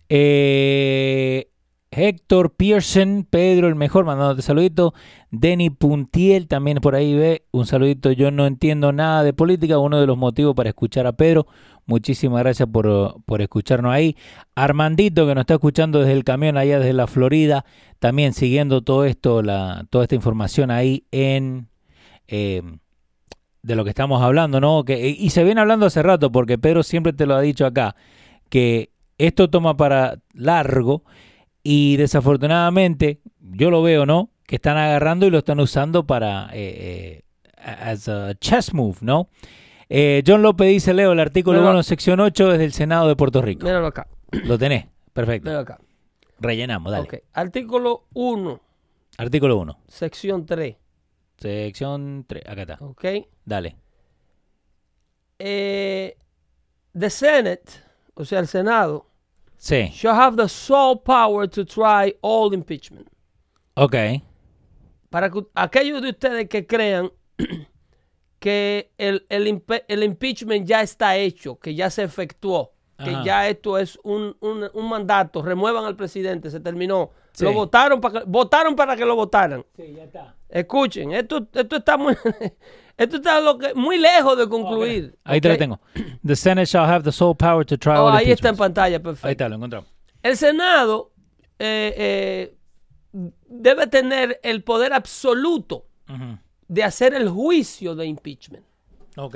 Speaker 2: Eh, Héctor Pearson, Pedro el mejor, mandándote saludito. Denny Puntiel también por ahí ve un saludito. Yo no entiendo nada de política, uno de los motivos para escuchar a Pedro. Muchísimas gracias por, por escucharnos ahí. Armandito, que nos está escuchando desde el camión allá desde la Florida, también siguiendo todo esto, la, toda esta información ahí en. eh, de lo que estamos hablando, ¿no? Que, eh, y se viene hablando hace rato, porque Pedro siempre te lo ha dicho acá, que esto toma para largo y desafortunadamente, yo lo veo, ¿no? Que están agarrando y lo están usando para. eh, eh, as a chess move, ¿no? Eh, John López dice: Leo, el artículo
Speaker 1: Mira.
Speaker 2: 1, sección 8, desde el Senado de Puerto Rico.
Speaker 1: Míralo acá.
Speaker 2: Lo tenés. Perfecto.
Speaker 1: Míralo acá.
Speaker 2: Rellenamos, dale.
Speaker 1: Ok. Artículo 1,
Speaker 2: Artículo 1,
Speaker 1: sección 3.
Speaker 2: sección 3. Acá está.
Speaker 1: Ok.
Speaker 2: Dale.
Speaker 1: Eh, the Senate, o sea, el Senado,
Speaker 2: Sí.
Speaker 1: shall have the sole power to try all impeachment.
Speaker 2: Ok.
Speaker 1: Para que aquellos de ustedes que crean que el, el impe- el impeachment ya está hecho, que ya se efectuó, que
Speaker 2: Ajá.
Speaker 1: ya esto es un, un- un mandato, remuevan al presidente, se terminó.
Speaker 2: Sí.
Speaker 1: Lo votaron para que, votaron para que lo votaran.
Speaker 3: Sí, ya está.
Speaker 1: Escuchen, esto, esto está muy esto está lo que- muy lejos de concluir.
Speaker 2: Ahí te
Speaker 1: ¿ok?
Speaker 2: lo tengo. The Senate shall have the sole power to try
Speaker 1: Oh,
Speaker 2: all
Speaker 1: ahí está en
Speaker 2: impeachments.
Speaker 1: pantalla, perfecto.
Speaker 2: Ahí está, lo encontramos.
Speaker 1: El Senado eh, eh, debe tener el poder absoluto
Speaker 2: Ujú.
Speaker 1: de hacer el juicio de impeachment.
Speaker 2: Ok.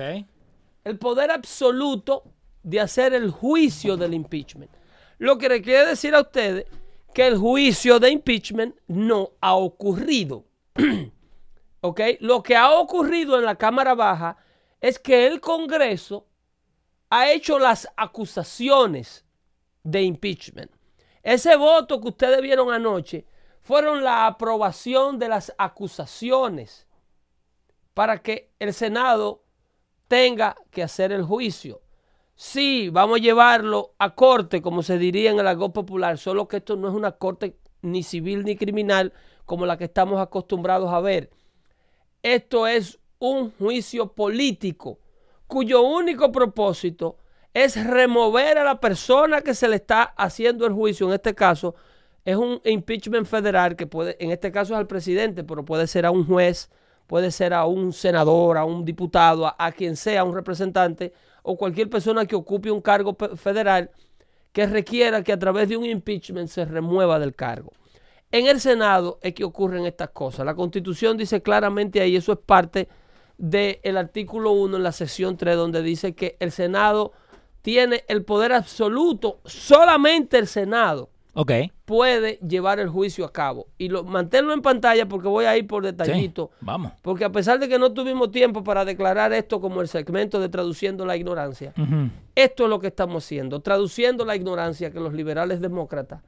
Speaker 1: El poder absoluto de hacer el juicio del impeachment. Lo que le quiere decir a ustedes que el juicio de impeachment no ha ocurrido. ¿Ok? Lo que ha ocurrido en la Cámara Baja es que el Congreso ha hecho las acusaciones de impeachment. Ese voto que ustedes vieron anoche fueron la aprobación de las acusaciones para que el Senado tenga que hacer el juicio. Sí, vamos a llevarlo a corte, como se diría en el argot popular, solo que esto no es una corte ni civil ni criminal como la que estamos acostumbrados a ver. Esto es un juicio político cuyo único propósito es remover a la persona que se le está haciendo el juicio. En este caso, es un impeachment federal que puede, en este caso es al presidente, pero puede ser a un juez, puede ser a un senador, a un diputado, a, a quien sea, un representante o cualquier persona que ocupe un cargo pe- federal que requiera que a través de un impeachment se remueva del cargo. En el Senado es que ocurren estas cosas. La Constitución dice claramente ahí, eso es parte del artículo 1 en la sección 3, donde dice que el Senado tiene el poder absoluto, solamente el Senado
Speaker 2: Ok.
Speaker 1: puede llevar el juicio a cabo. Y lo, manténlo en pantalla porque voy a ir por
Speaker 2: Sí.
Speaker 1: detallito.
Speaker 2: Vamos.
Speaker 1: Porque a pesar de que no tuvimos tiempo para declarar esto como el segmento de Traduciendo la Ignorancia,
Speaker 2: Ujú.
Speaker 1: esto es lo que estamos haciendo, traduciendo la ignorancia que los liberales demócratas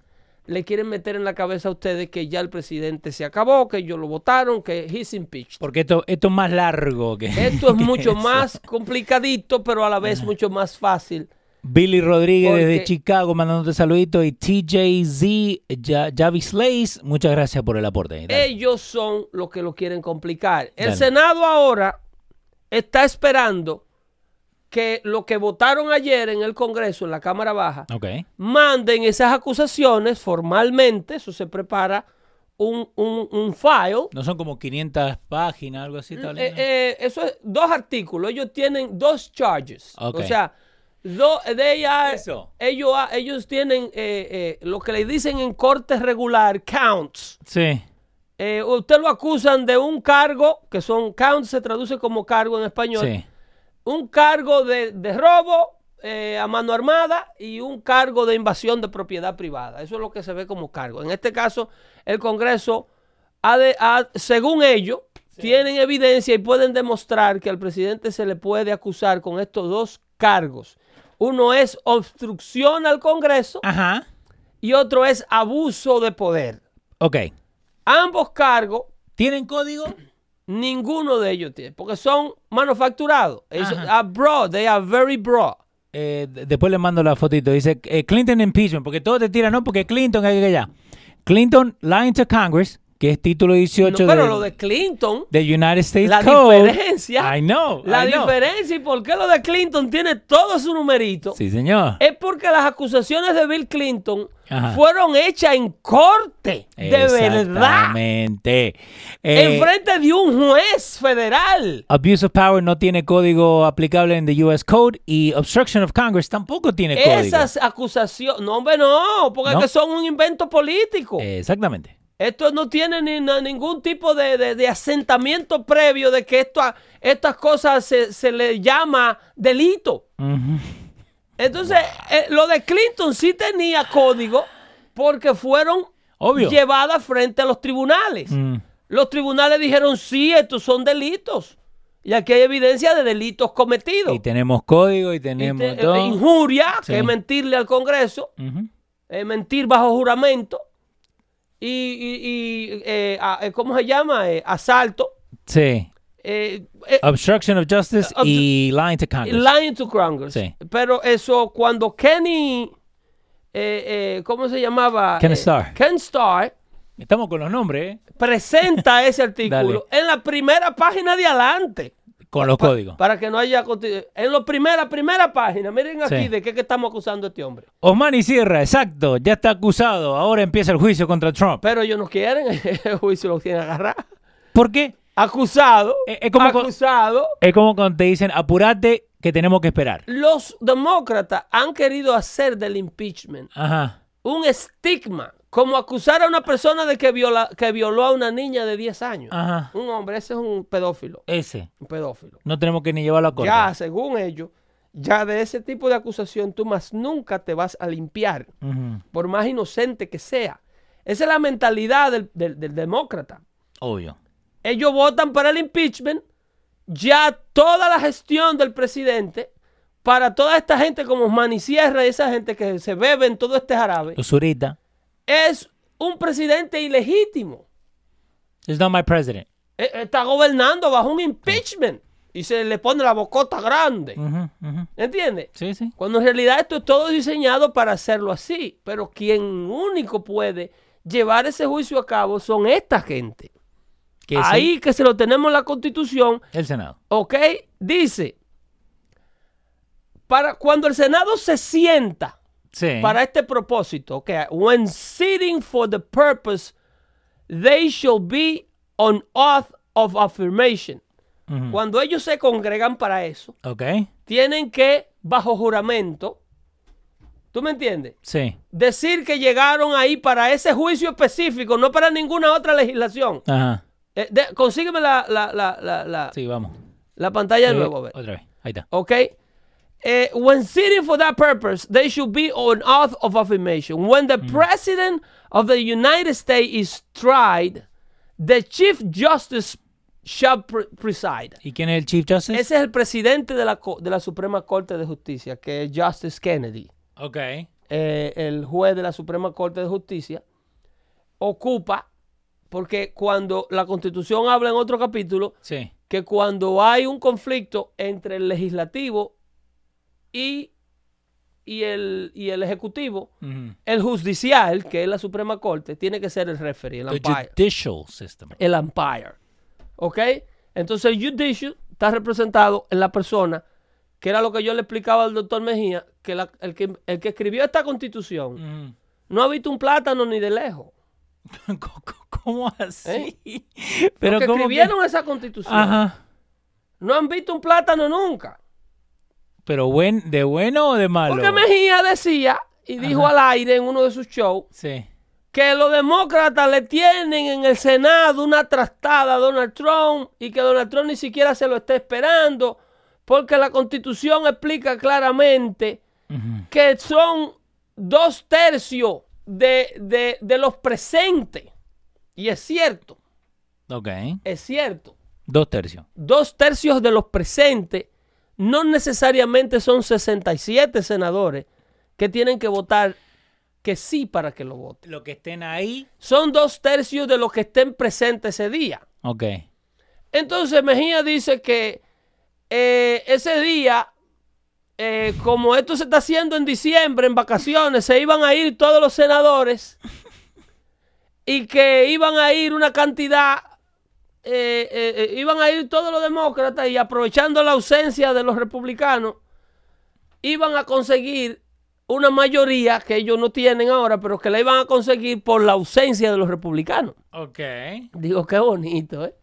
Speaker 1: le quieren meter en la cabeza a ustedes que ya el presidente se acabó, que ellos lo votaron, que he's impeached.
Speaker 2: Porque esto, esto es más largo que.
Speaker 1: Esto es
Speaker 2: que
Speaker 1: mucho
Speaker 2: eso.
Speaker 1: más complicadito, pero a la vez mucho más fácil.
Speaker 2: Billy Rodríguez desde
Speaker 1: Porque-
Speaker 2: Chicago mandándote saluditos. Y TJZ Ya- Javi Slays, muchas gracias por el aporte. Dale.
Speaker 1: Ellos son los que lo quieren complicar. El
Speaker 2: Dale.
Speaker 1: Senado ahora está esperando que lo que votaron ayer en el Congreso, en la Cámara Baja,
Speaker 2: Ok.
Speaker 1: manden esas acusaciones formalmente, eso se prepara un, un, un file.
Speaker 2: No son como 500 páginas, algo así. tal
Speaker 1: Eh, eh, eso es dos artículos, ellos tienen dos charges.
Speaker 2: Ok.
Speaker 1: O sea, do- they are-
Speaker 2: Eso.
Speaker 1: ellos, a- ellos tienen eh, eh, lo que le dicen en corte regular, counts.
Speaker 2: sí.
Speaker 1: Eh, usted lo acusan de un cargo, que son counts, se traduce como cargo en español.
Speaker 2: Sí.
Speaker 1: Un cargo de, de robo eh, a mano armada y un cargo de invasión de propiedad privada. Eso es lo que se ve como cargo. En este caso, el Congreso, ha de- ha- según ellos, tienen evidencia y pueden demostrar que al presidente se le puede acusar con estos dos cargos. Uno es obstrucción al Congreso
Speaker 2: Ajá.
Speaker 1: y otro es abuso de poder.
Speaker 2: Ok.
Speaker 1: Ambos cargos
Speaker 2: ¿Tienen código?
Speaker 1: Ninguno de ellos tiene, porque son manufacturados. Eso-
Speaker 2: Ajá.
Speaker 1: are broad, they are very broad.
Speaker 2: Eh, d- después le mando la fotito. Dice eh, Clinton impeachment. Porque todo te tira, no, porque Clinton, que que- que ya. Clinton lying to Congress. que es título 18
Speaker 1: No, pero
Speaker 2: del-
Speaker 1: lo de Clinton,
Speaker 2: del United States
Speaker 1: la
Speaker 2: Code.
Speaker 1: diferencia,
Speaker 2: I know,
Speaker 1: la
Speaker 2: I know.
Speaker 1: diferencia y por qué lo de Clinton tiene todo su numerito
Speaker 2: Sí, señor.
Speaker 1: es porque las acusaciones de Bill Clinton
Speaker 2: Ajá.
Speaker 1: fueron hechas en corte, Eh, de verdad,
Speaker 2: Exactamente. Eh,
Speaker 1: en frente de un juez federal.
Speaker 2: Abuse of power no tiene código aplicable en the US Code y obstruction of Congress tampoco tiene
Speaker 1: Esas acusaciones, no hombre, no, porque es
Speaker 2: No.
Speaker 1: que son un invento político.
Speaker 2: código. Exactamente.
Speaker 1: Esto no tiene ni- na- ningún tipo de, de- de asentamiento previo de que esto, a- estas cosas se, se le llama delito. Entonces, eh, lo de Clinton sí tenía código porque fueron
Speaker 2: Obvio.
Speaker 1: llevadas frente a los tribunales.
Speaker 2: Mm.
Speaker 1: Los tribunales dijeron, sí, estos son delitos. Y aquí hay evidencia de delitos cometidos.
Speaker 2: Y tenemos código y
Speaker 1: Y te-
Speaker 2: tenemos
Speaker 1: eh,
Speaker 2: todo.
Speaker 1: injuria,
Speaker 2: Sí.
Speaker 1: que es mentirle al Congreso
Speaker 2: Ujú.
Speaker 1: eh, mentir bajo juramento y, y- y, eh, a- eh, ¿cómo se llama? Eh, asalto,
Speaker 2: Sí.
Speaker 1: eh, eh,
Speaker 2: Obstruction of justice
Speaker 1: Obstru-
Speaker 2: y lying to Congress.
Speaker 1: lying to Congress.
Speaker 2: Sí.
Speaker 1: Pero eso cuando Kenny, eh, eh, ¿cómo se llamaba?
Speaker 2: Ken
Speaker 1: Eh,
Speaker 2: Starr.
Speaker 1: Ken Starr
Speaker 2: Estamos con los nombres, ¿eh?
Speaker 1: presenta ese artículo en la primera página de adelante.
Speaker 2: con los
Speaker 1: Pa-
Speaker 2: códigos.
Speaker 1: Para que no haya... conti- En la primera, primera página. Miren aquí
Speaker 2: Sí.
Speaker 1: de qué que estamos acusando a este hombre.
Speaker 2: Osmani Sierra, exacto, ya está acusado. Ahora empieza el juicio contra Trump.
Speaker 1: Pero ellos no quieren. El juicio lo tienen agarrado.
Speaker 2: ¿Por qué?
Speaker 1: Acusado.
Speaker 2: Eh, eh, como con-
Speaker 1: acusado.
Speaker 2: Es como cuando te dicen, apurate, que tenemos que esperar.
Speaker 1: los demócratas han querido hacer del impeachment
Speaker 2: Ajá.
Speaker 1: un estigma, como acusar a una persona de que, viola- que violó a una niña de 10 años.
Speaker 2: Ajá.
Speaker 1: Un hombre, ese es un pedófilo,
Speaker 2: Ese.
Speaker 1: un pedófilo.
Speaker 2: No tenemos que ni llevarlo a corte.
Speaker 1: Ya, según ellos, ya de ese tipo de acusación tú más nunca te vas a limpiar,
Speaker 2: Ujú.
Speaker 1: por más inocente que sea. Esa es la mentalidad del- del- del demócrata.
Speaker 2: Obvio.
Speaker 1: ellos votan para el impeachment, ya toda la gestión del presidente, para toda esta gente como Manny Sierra y esa gente que se beben todo este jarabe,
Speaker 2: Usurita.
Speaker 1: es un presidente ilegítimo.
Speaker 2: It's not my president.
Speaker 1: Eh, Está gobernando bajo un impeachment y se le pone la bocota grande.
Speaker 2: Ujú, ujú.
Speaker 1: ¿Entiendes?
Speaker 2: Sí, sí.
Speaker 1: Cuando en realidad esto es todo diseñado para hacerlo así, pero quien único puede llevar ese juicio a cabo son esta gente.
Speaker 2: Que es
Speaker 1: Ahí que se lo tenemos en la constitución
Speaker 2: El, el Senado.
Speaker 1: ¿Ok? Dice, para cuando el Senado se sienta
Speaker 2: Sí.
Speaker 1: para este propósito, ok, when sitting for the purpose, they shall be on oath of affirmation.
Speaker 2: Ujú.
Speaker 1: Cuando ellos se congregan para eso,
Speaker 2: Ok.
Speaker 1: tienen que, bajo juramento, ¿tú me entiendes?
Speaker 2: Sí.
Speaker 1: Decir que llegaron ahí para ese juicio específico, no para ninguna otra legislación.
Speaker 2: Ajá.
Speaker 1: Eh, de- consígueme la, la- la- la- la-
Speaker 2: Sí, vamos.
Speaker 1: la pantalla de
Speaker 2: Eh,
Speaker 1: nuevo, a ver.
Speaker 2: otra vez. Ahí está.
Speaker 1: Okay. Eh, when sitting for that purpose, they should be on oath of affirmation. When the president of the United States is tried, the chief justice shall pre- preside.
Speaker 2: ¿Y quién es el Chief Justice?
Speaker 1: Ese es el presidente de la, co- de la Suprema Corte de Justicia, que es Justice Kennedy.
Speaker 2: Ok.
Speaker 1: Eh, el juez de la Suprema Corte de Justicia ocupa, porque cuando la Constitución habla en otro capítulo,
Speaker 2: Sí.
Speaker 1: que cuando hay un conflicto entre el legislativo y, y el, y el ejecutivo,
Speaker 2: Ujú.
Speaker 1: el judicial, que es la Suprema Corte, tiene que ser el referee, el
Speaker 2: The
Speaker 1: umpire.
Speaker 2: judicial system.
Speaker 1: El umpire. ¿Ok? Entonces el judicial está representado en la persona, que era lo que yo le explicaba al doctor Mejía, que, la- el, que el que escribió esta constitución
Speaker 2: Ujú.
Speaker 1: no ha visto un plátano ni de lejos.
Speaker 2: ¿Cómo- ¿Cómo así?
Speaker 1: ¿Eh?
Speaker 2: Pero
Speaker 1: Los que
Speaker 2: ¿cómo que-
Speaker 1: escribieron esa constitución
Speaker 2: Ajá.
Speaker 1: no han visto un plátano nunca.
Speaker 2: Pero buen, de bueno o de malo.
Speaker 1: Porque Mejía decía y dijo al aire en uno de sus shows
Speaker 2: Sí.
Speaker 1: que los demócratas le tienen en el Senado una trastada a Donald Trump y que Donald Trump ni siquiera se lo está esperando porque la constitución explica claramente que son dos tercios de, de- de los presentes. Y es cierto,
Speaker 2: Ok.
Speaker 1: es cierto.
Speaker 2: Dos tercios.
Speaker 1: Dos tercios de los presentes no necesariamente son 67 senadores que tienen que votar que sí para que lo voten.
Speaker 2: Lo que estén ahí.
Speaker 1: Son dos tercios de los que estén presentes ese día.
Speaker 2: Ok.
Speaker 1: Entonces Mejía dice que eh, ese día, eh, como esto se está haciendo en diciembre, en vacaciones, se iban a ir todos los senadores y que iban a ir una cantidad, eh, eh, eh, iban a ir todos los demócratas y aprovechando la ausencia de los republicanos, iban a conseguir una mayoría que ellos no tienen ahora, pero que la iban a conseguir por la ausencia de los republicanos.
Speaker 2: Ok.
Speaker 1: Digo, qué bonito, ¿eh?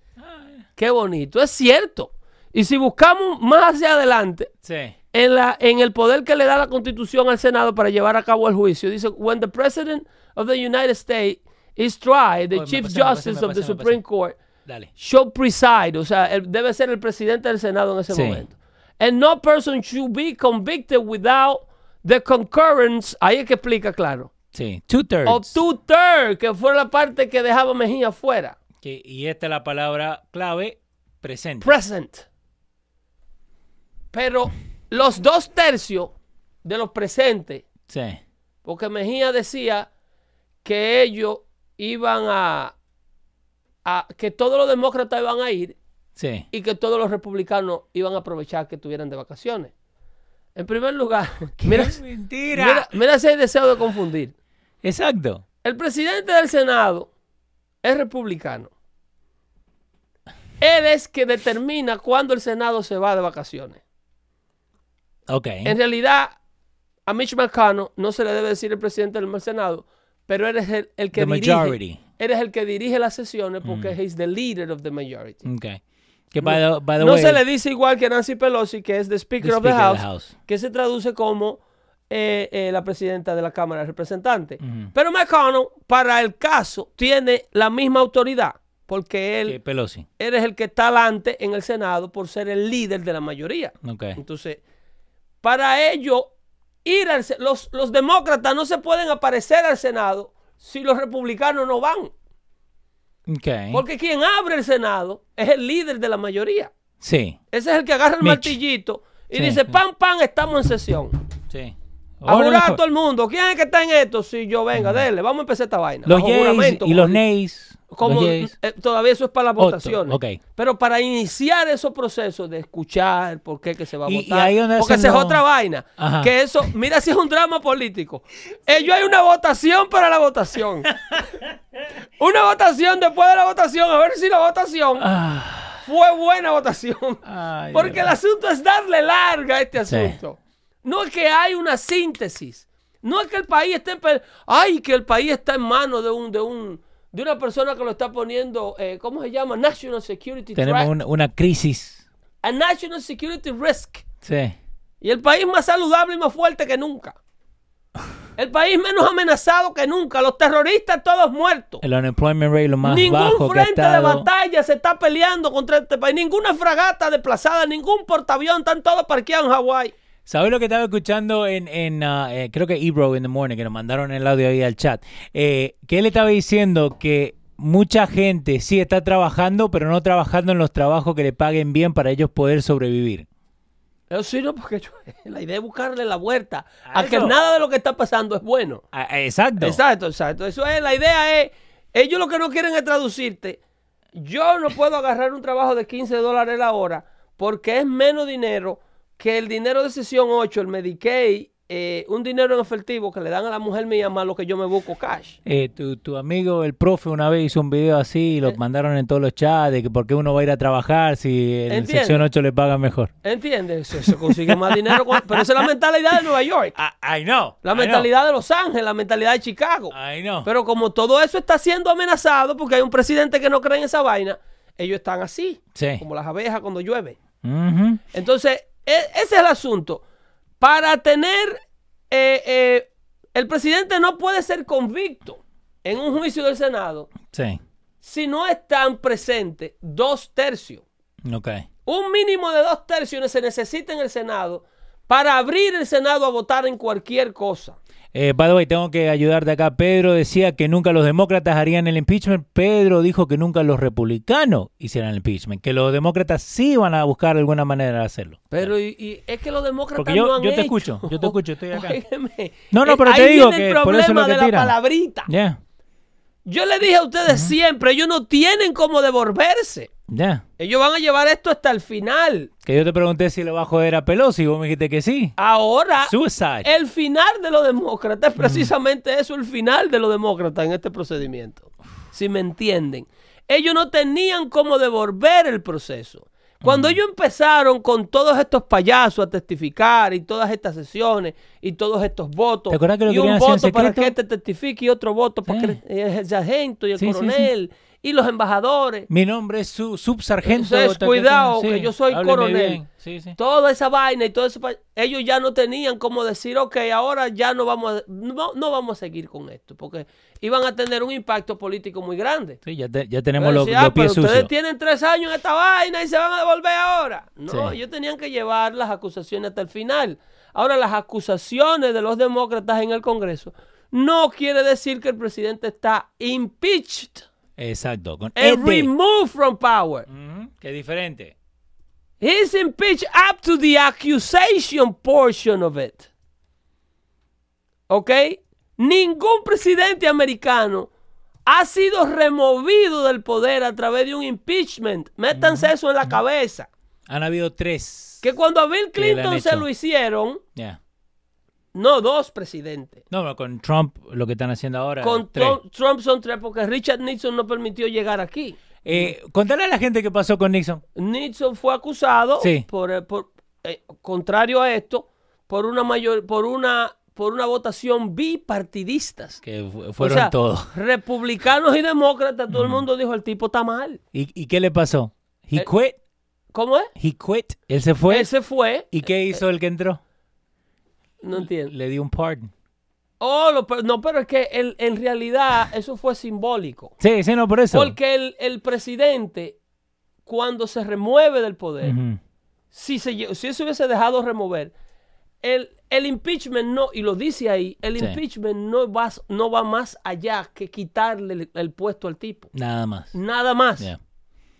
Speaker 1: Qué bonito, es cierto. Y si buscamos más hacia adelante,
Speaker 2: Sí.
Speaker 1: en, la, en el poder que le da la Constitución al Senado para llevar a cabo el juicio. Dice, when the President of the United States is tried, the
Speaker 2: Oye, me
Speaker 1: Chief
Speaker 2: pasé, me pasé,
Speaker 1: Justice
Speaker 2: me
Speaker 1: of the
Speaker 2: pasé, me
Speaker 1: Supreme
Speaker 2: pasé.
Speaker 1: Court
Speaker 2: Dale.
Speaker 1: shall preside, o sea, él debe ser el presidente del Senado en ese
Speaker 2: Sí.
Speaker 1: momento. And no person should be convicted without the concurrence, ahí es que explica claro,
Speaker 2: Sí. Two thirds.
Speaker 1: o two-thirds, que fue la parte que dejaba Mejía fuera.
Speaker 2: Que- y esta es la palabra clave, presente.
Speaker 1: present. Pero los dos tercios de los presentes,
Speaker 2: sí.
Speaker 1: porque Mejía decía que ellos iban a, a- que todos los demócratas iban a ir
Speaker 2: Sí.
Speaker 1: y que todos los republicanos iban a aprovechar que estuvieran de vacaciones. En primer lugar, mira,
Speaker 2: mentira!
Speaker 1: mira, mira ese deseo de confundir.
Speaker 2: Exacto.
Speaker 1: El presidente del Senado es republicano. Él es que determina cuándo el Senado se va de vacaciones.
Speaker 2: ¿Eh? Ok.
Speaker 1: En realidad, a Mitch McConnell no se le debe decir el presidente del Senado, pero él es el, el que
Speaker 2: The
Speaker 1: dirige.
Speaker 2: majority.
Speaker 1: Él es el que dirige las sesiones porque he's the leader of the majority.
Speaker 2: Ok. Que by the, Mm. by the
Speaker 1: no
Speaker 2: way,
Speaker 1: se le dice igual que Nancy Pelosi, que es the Speaker, of, the
Speaker 2: Speaker of
Speaker 1: house,
Speaker 2: the House.
Speaker 1: que se traduce como eh, eh, la presidenta de la Cámara de Representantes.
Speaker 2: Mm.
Speaker 1: Pero McConnell, para el caso, tiene la misma autoridad, porque
Speaker 2: que
Speaker 1: él,
Speaker 2: Pelosi.
Speaker 1: él es el que está adelante en el Senado por ser el líder de la mayoría.
Speaker 2: Ok.
Speaker 1: Entonces, para ello, ir al, se- los, los demócratas no se pueden aparecer al Senado si los republicanos no van.
Speaker 2: Eh. Ok.
Speaker 1: Porque quien abre el Senado es el líder de la mayoría.
Speaker 2: Sí.
Speaker 1: Ese es el que agarra el
Speaker 2: Mitch.
Speaker 1: martillito y
Speaker 2: Sí,
Speaker 1: dice,
Speaker 2: sí.
Speaker 1: pam, pam, estamos en sesión.
Speaker 2: Sí.
Speaker 1: A
Speaker 2: Ahora
Speaker 1: jurar a
Speaker 2: mejor.
Speaker 1: todo el mundo. ¿Quién es que está en esto? Si yo venga, dele, vamos a empezar esta vaina.
Speaker 2: Los
Speaker 1: Bajo
Speaker 2: yeas
Speaker 1: juramento,
Speaker 2: y
Speaker 1: como
Speaker 2: los
Speaker 1: dice.
Speaker 2: nays.
Speaker 1: Como,
Speaker 2: los yeas.
Speaker 1: eh, todavía eso es para las
Speaker 2: Otro,
Speaker 1: votaciones.
Speaker 2: ok.
Speaker 1: Pero para iniciar esos procesos de escuchar por qué que se va a
Speaker 2: Y- y
Speaker 1: votar.
Speaker 2: ahí donde
Speaker 1: porque
Speaker 2: hacen
Speaker 1: esa es
Speaker 2: los-
Speaker 1: otra vaina.
Speaker 2: Ajá.
Speaker 1: Que eso, mira si es un drama político. Ellos hay una votación para la votación. una votación después de la votación. A ver si la votación
Speaker 2: Ah,
Speaker 1: fue buena votación.
Speaker 2: ay,
Speaker 1: Porque el
Speaker 2: Dios.
Speaker 1: asunto es darle larga a este
Speaker 2: Sí.
Speaker 1: asunto. No es que hay una síntesis. No es que el país esté en pe- ay, que el país está en manos de un, de un, de una persona que lo está poniendo, eh, ¿cómo se llama? National Security
Speaker 2: Tenemos
Speaker 1: Threat.
Speaker 2: una, una crisis.
Speaker 1: A National Security Risk.
Speaker 2: Sí.
Speaker 1: Y el país más saludable y más fuerte que nunca. El país menos amenazado que nunca. Los terroristas todos muertos.
Speaker 2: El unemployment rate lo más
Speaker 1: Ningún
Speaker 2: bajo que ha
Speaker 1: frente de
Speaker 2: estado.
Speaker 1: batalla se está peleando contra este país. Ninguna fragata desplazada, ningún portaavión. Están todos parqueados en Hawái.
Speaker 2: ¿Sabes lo que estaba escuchando en, en ah, eh, creo que Ebro in the Morning, que nos mandaron el audio ahí al chat? Eh, que él estaba diciendo que mucha gente sí está trabajando, pero no trabajando en los trabajos que le paguen bien para ellos poder sobrevivir.
Speaker 1: Eso Eh, sí, no, porque yo- la idea es buscarle la vuelta a,
Speaker 2: A
Speaker 1: que
Speaker 2: eso.
Speaker 1: nada de lo que está pasando es bueno.
Speaker 2: Ah, ah, exacto.
Speaker 1: Exacto, exacto. Eso es, la idea es, ellos lo que no quieren es traducirte. Yo no puedo agarrar un trabajo de 15 dólares la hora porque es menos dinero que el dinero de sesión 8, el Medicaid, eh, un dinero en efectivo que le dan a la mujer mía más lo que yo me busco cash.
Speaker 2: Eh, tu, tu amigo, el profe, una vez hizo un video así
Speaker 1: Eh.
Speaker 2: y lo mandaron en todos los chats de que por qué uno va a ir a trabajar si en
Speaker 1: Entiendo.
Speaker 2: sección 8 le pagan mejor.
Speaker 1: ¿Entiendes? Se, se consigue más dinero. cuan- pero esa es la mentalidad de Nueva York,
Speaker 2: Ah, I know.
Speaker 1: la mentalidad de Los Ángeles, la mentalidad de Chicago.
Speaker 2: I know.
Speaker 1: Pero como todo eso está siendo amenazado porque hay un presidente que no cree en esa vaina, ellos están así,
Speaker 2: Sí.
Speaker 1: como las abejas cuando llueve.
Speaker 2: Ujú.
Speaker 1: Entonces, e- ese es el asunto. Para tener, eh, eh, el presidente no puede ser convicto en un juicio del Senado
Speaker 2: Sí.
Speaker 1: si no están presentes dos tercios.
Speaker 2: Ok.
Speaker 1: Un mínimo de dos tercios se necesita en el Senado para abrir el Senado a votar en cualquier cosa.
Speaker 2: Eh, by the way, tengo que ayudarte acá. Pedro decía que nunca los demócratas harían el impeachment. Pedro dijo que nunca los republicanos hicieran el impeachment. Que los demócratas sí van a buscar de alguna manera de hacerlo.
Speaker 1: Pero y, y es que los demócratas
Speaker 2: Porque yo-
Speaker 1: no han
Speaker 2: yo te
Speaker 1: hecho.
Speaker 2: escucho, yo te escucho, estoy acá.
Speaker 1: Óigeme,
Speaker 2: No, no,
Speaker 1: eh,
Speaker 2: pero te
Speaker 1: ahí
Speaker 2: digo
Speaker 1: viene el
Speaker 2: que por eso es
Speaker 1: problema
Speaker 2: lo que
Speaker 1: de la
Speaker 2: tiran.
Speaker 1: palabrita.
Speaker 2: Yeah.
Speaker 1: Yo le dije a ustedes siempre, ellos no tienen cómo devolverse.
Speaker 2: Ya.
Speaker 1: Ellos van a llevar esto hasta el final.
Speaker 2: Que yo te pregunté si lo va a joder a Pelosi y vos me dijiste que sí.
Speaker 1: Ahora,
Speaker 2: Suicide.
Speaker 1: el final de los demócratas
Speaker 2: Mm.
Speaker 1: es precisamente eso, el final de los demócratas en este procedimiento. Si me entienden. Ellos no tenían cómo devolver el proceso.
Speaker 2: Mm.
Speaker 1: Cuando ellos empezaron con todos estos payasos a testificar y todas estas sesiones y todos estos votos,
Speaker 2: ¿Te acuerdas que lo
Speaker 1: y un
Speaker 2: querían hacer en
Speaker 1: voto para que
Speaker 2: secreto?
Speaker 1: este testifique y otro voto para
Speaker 2: Sí.
Speaker 1: que eh, el sargento y el
Speaker 2: Sí, sí, sí.
Speaker 1: coronel y los embajadores,
Speaker 2: Mi nombre es su subsargento.
Speaker 1: Entonces,
Speaker 2: ta- ta- ta-
Speaker 1: cuidado,
Speaker 2: sí,
Speaker 1: que yo soy
Speaker 2: hábleme
Speaker 1: coronel.
Speaker 2: bien. Sí, sí.
Speaker 1: toda esa vaina y todo eso, pa- ellos ya no tenían como decir, ok, ahora ya no vamos a, no, no vamos a seguir con esto, porque iban a tener un impacto político muy grande.
Speaker 2: Sí, ya, te- ya tenemos
Speaker 1: Pero
Speaker 2: los,
Speaker 1: decía, "Ah,
Speaker 2: los pies
Speaker 1: pero
Speaker 2: sucios.
Speaker 1: ustedes tienen tres años en esta vaina y se van a devolver ahora. No,
Speaker 2: Sí.
Speaker 1: ellos tenían que llevar las acusaciones hasta el final. Ahora, las acusaciones de los demócratas en el Congreso no quiere decir que el presidente está impeached
Speaker 2: Exacto. Con
Speaker 1: and
Speaker 2: ED.
Speaker 1: removed from power.
Speaker 2: Ujú, Que es diferente.
Speaker 1: He's impeached up to the accusation portion of it. ¿Ok? Ningún presidente americano ha sido removido del poder a través de un impeachment. Métanse eso en la cabeza.
Speaker 2: Han habido tres.
Speaker 1: Que cuando a Bill
Speaker 2: Que le han
Speaker 1: Clinton se
Speaker 2: hecho.
Speaker 1: lo hicieron,
Speaker 2: Ya.
Speaker 1: no dos presidentes.
Speaker 2: No, pero con Trump lo que están haciendo ahora.
Speaker 1: Con
Speaker 2: Ah, tres.
Speaker 1: Trump, Trump son tres, porque Richard Nixon no permitió llegar aquí.
Speaker 2: Eh, contale a la gente qué pasó con Nixon.
Speaker 1: Nixon fue acusado
Speaker 2: Sí.
Speaker 1: por, por- eh, contrario a esto por una mayor por una por una votación bipartidistas.
Speaker 2: Que fu-
Speaker 1: O
Speaker 2: fueron
Speaker 1: sea,
Speaker 2: todos.
Speaker 1: Republicanos y demócratas, todo el mundo dijo el tipo está mal.
Speaker 2: ¿Y, y qué le pasó? He
Speaker 1: Eh,
Speaker 2: quit.
Speaker 1: ¿Cómo es?
Speaker 2: He quit. Él se fue.
Speaker 1: Él se fue,
Speaker 2: ¿Y qué
Speaker 1: eh,
Speaker 2: hizo el que entró?
Speaker 1: no entiendo.
Speaker 2: Le dio un pardon.
Speaker 1: Oh, lo- pero- no, pero es que el- en realidad eso fue simbólico.
Speaker 2: Sí, sí, no, por eso.
Speaker 1: Porque el, el presidente, cuando se remueve del poder,
Speaker 2: Ujú.
Speaker 1: si, se, lle- si se hubiese dejado remover, el, el impeachment no, y lo dice ahí, el
Speaker 2: Sí.
Speaker 1: impeachment no va, no va más allá que quitarle el, el puesto al tipo.
Speaker 2: Nada más.
Speaker 1: Nada más.
Speaker 2: Ya.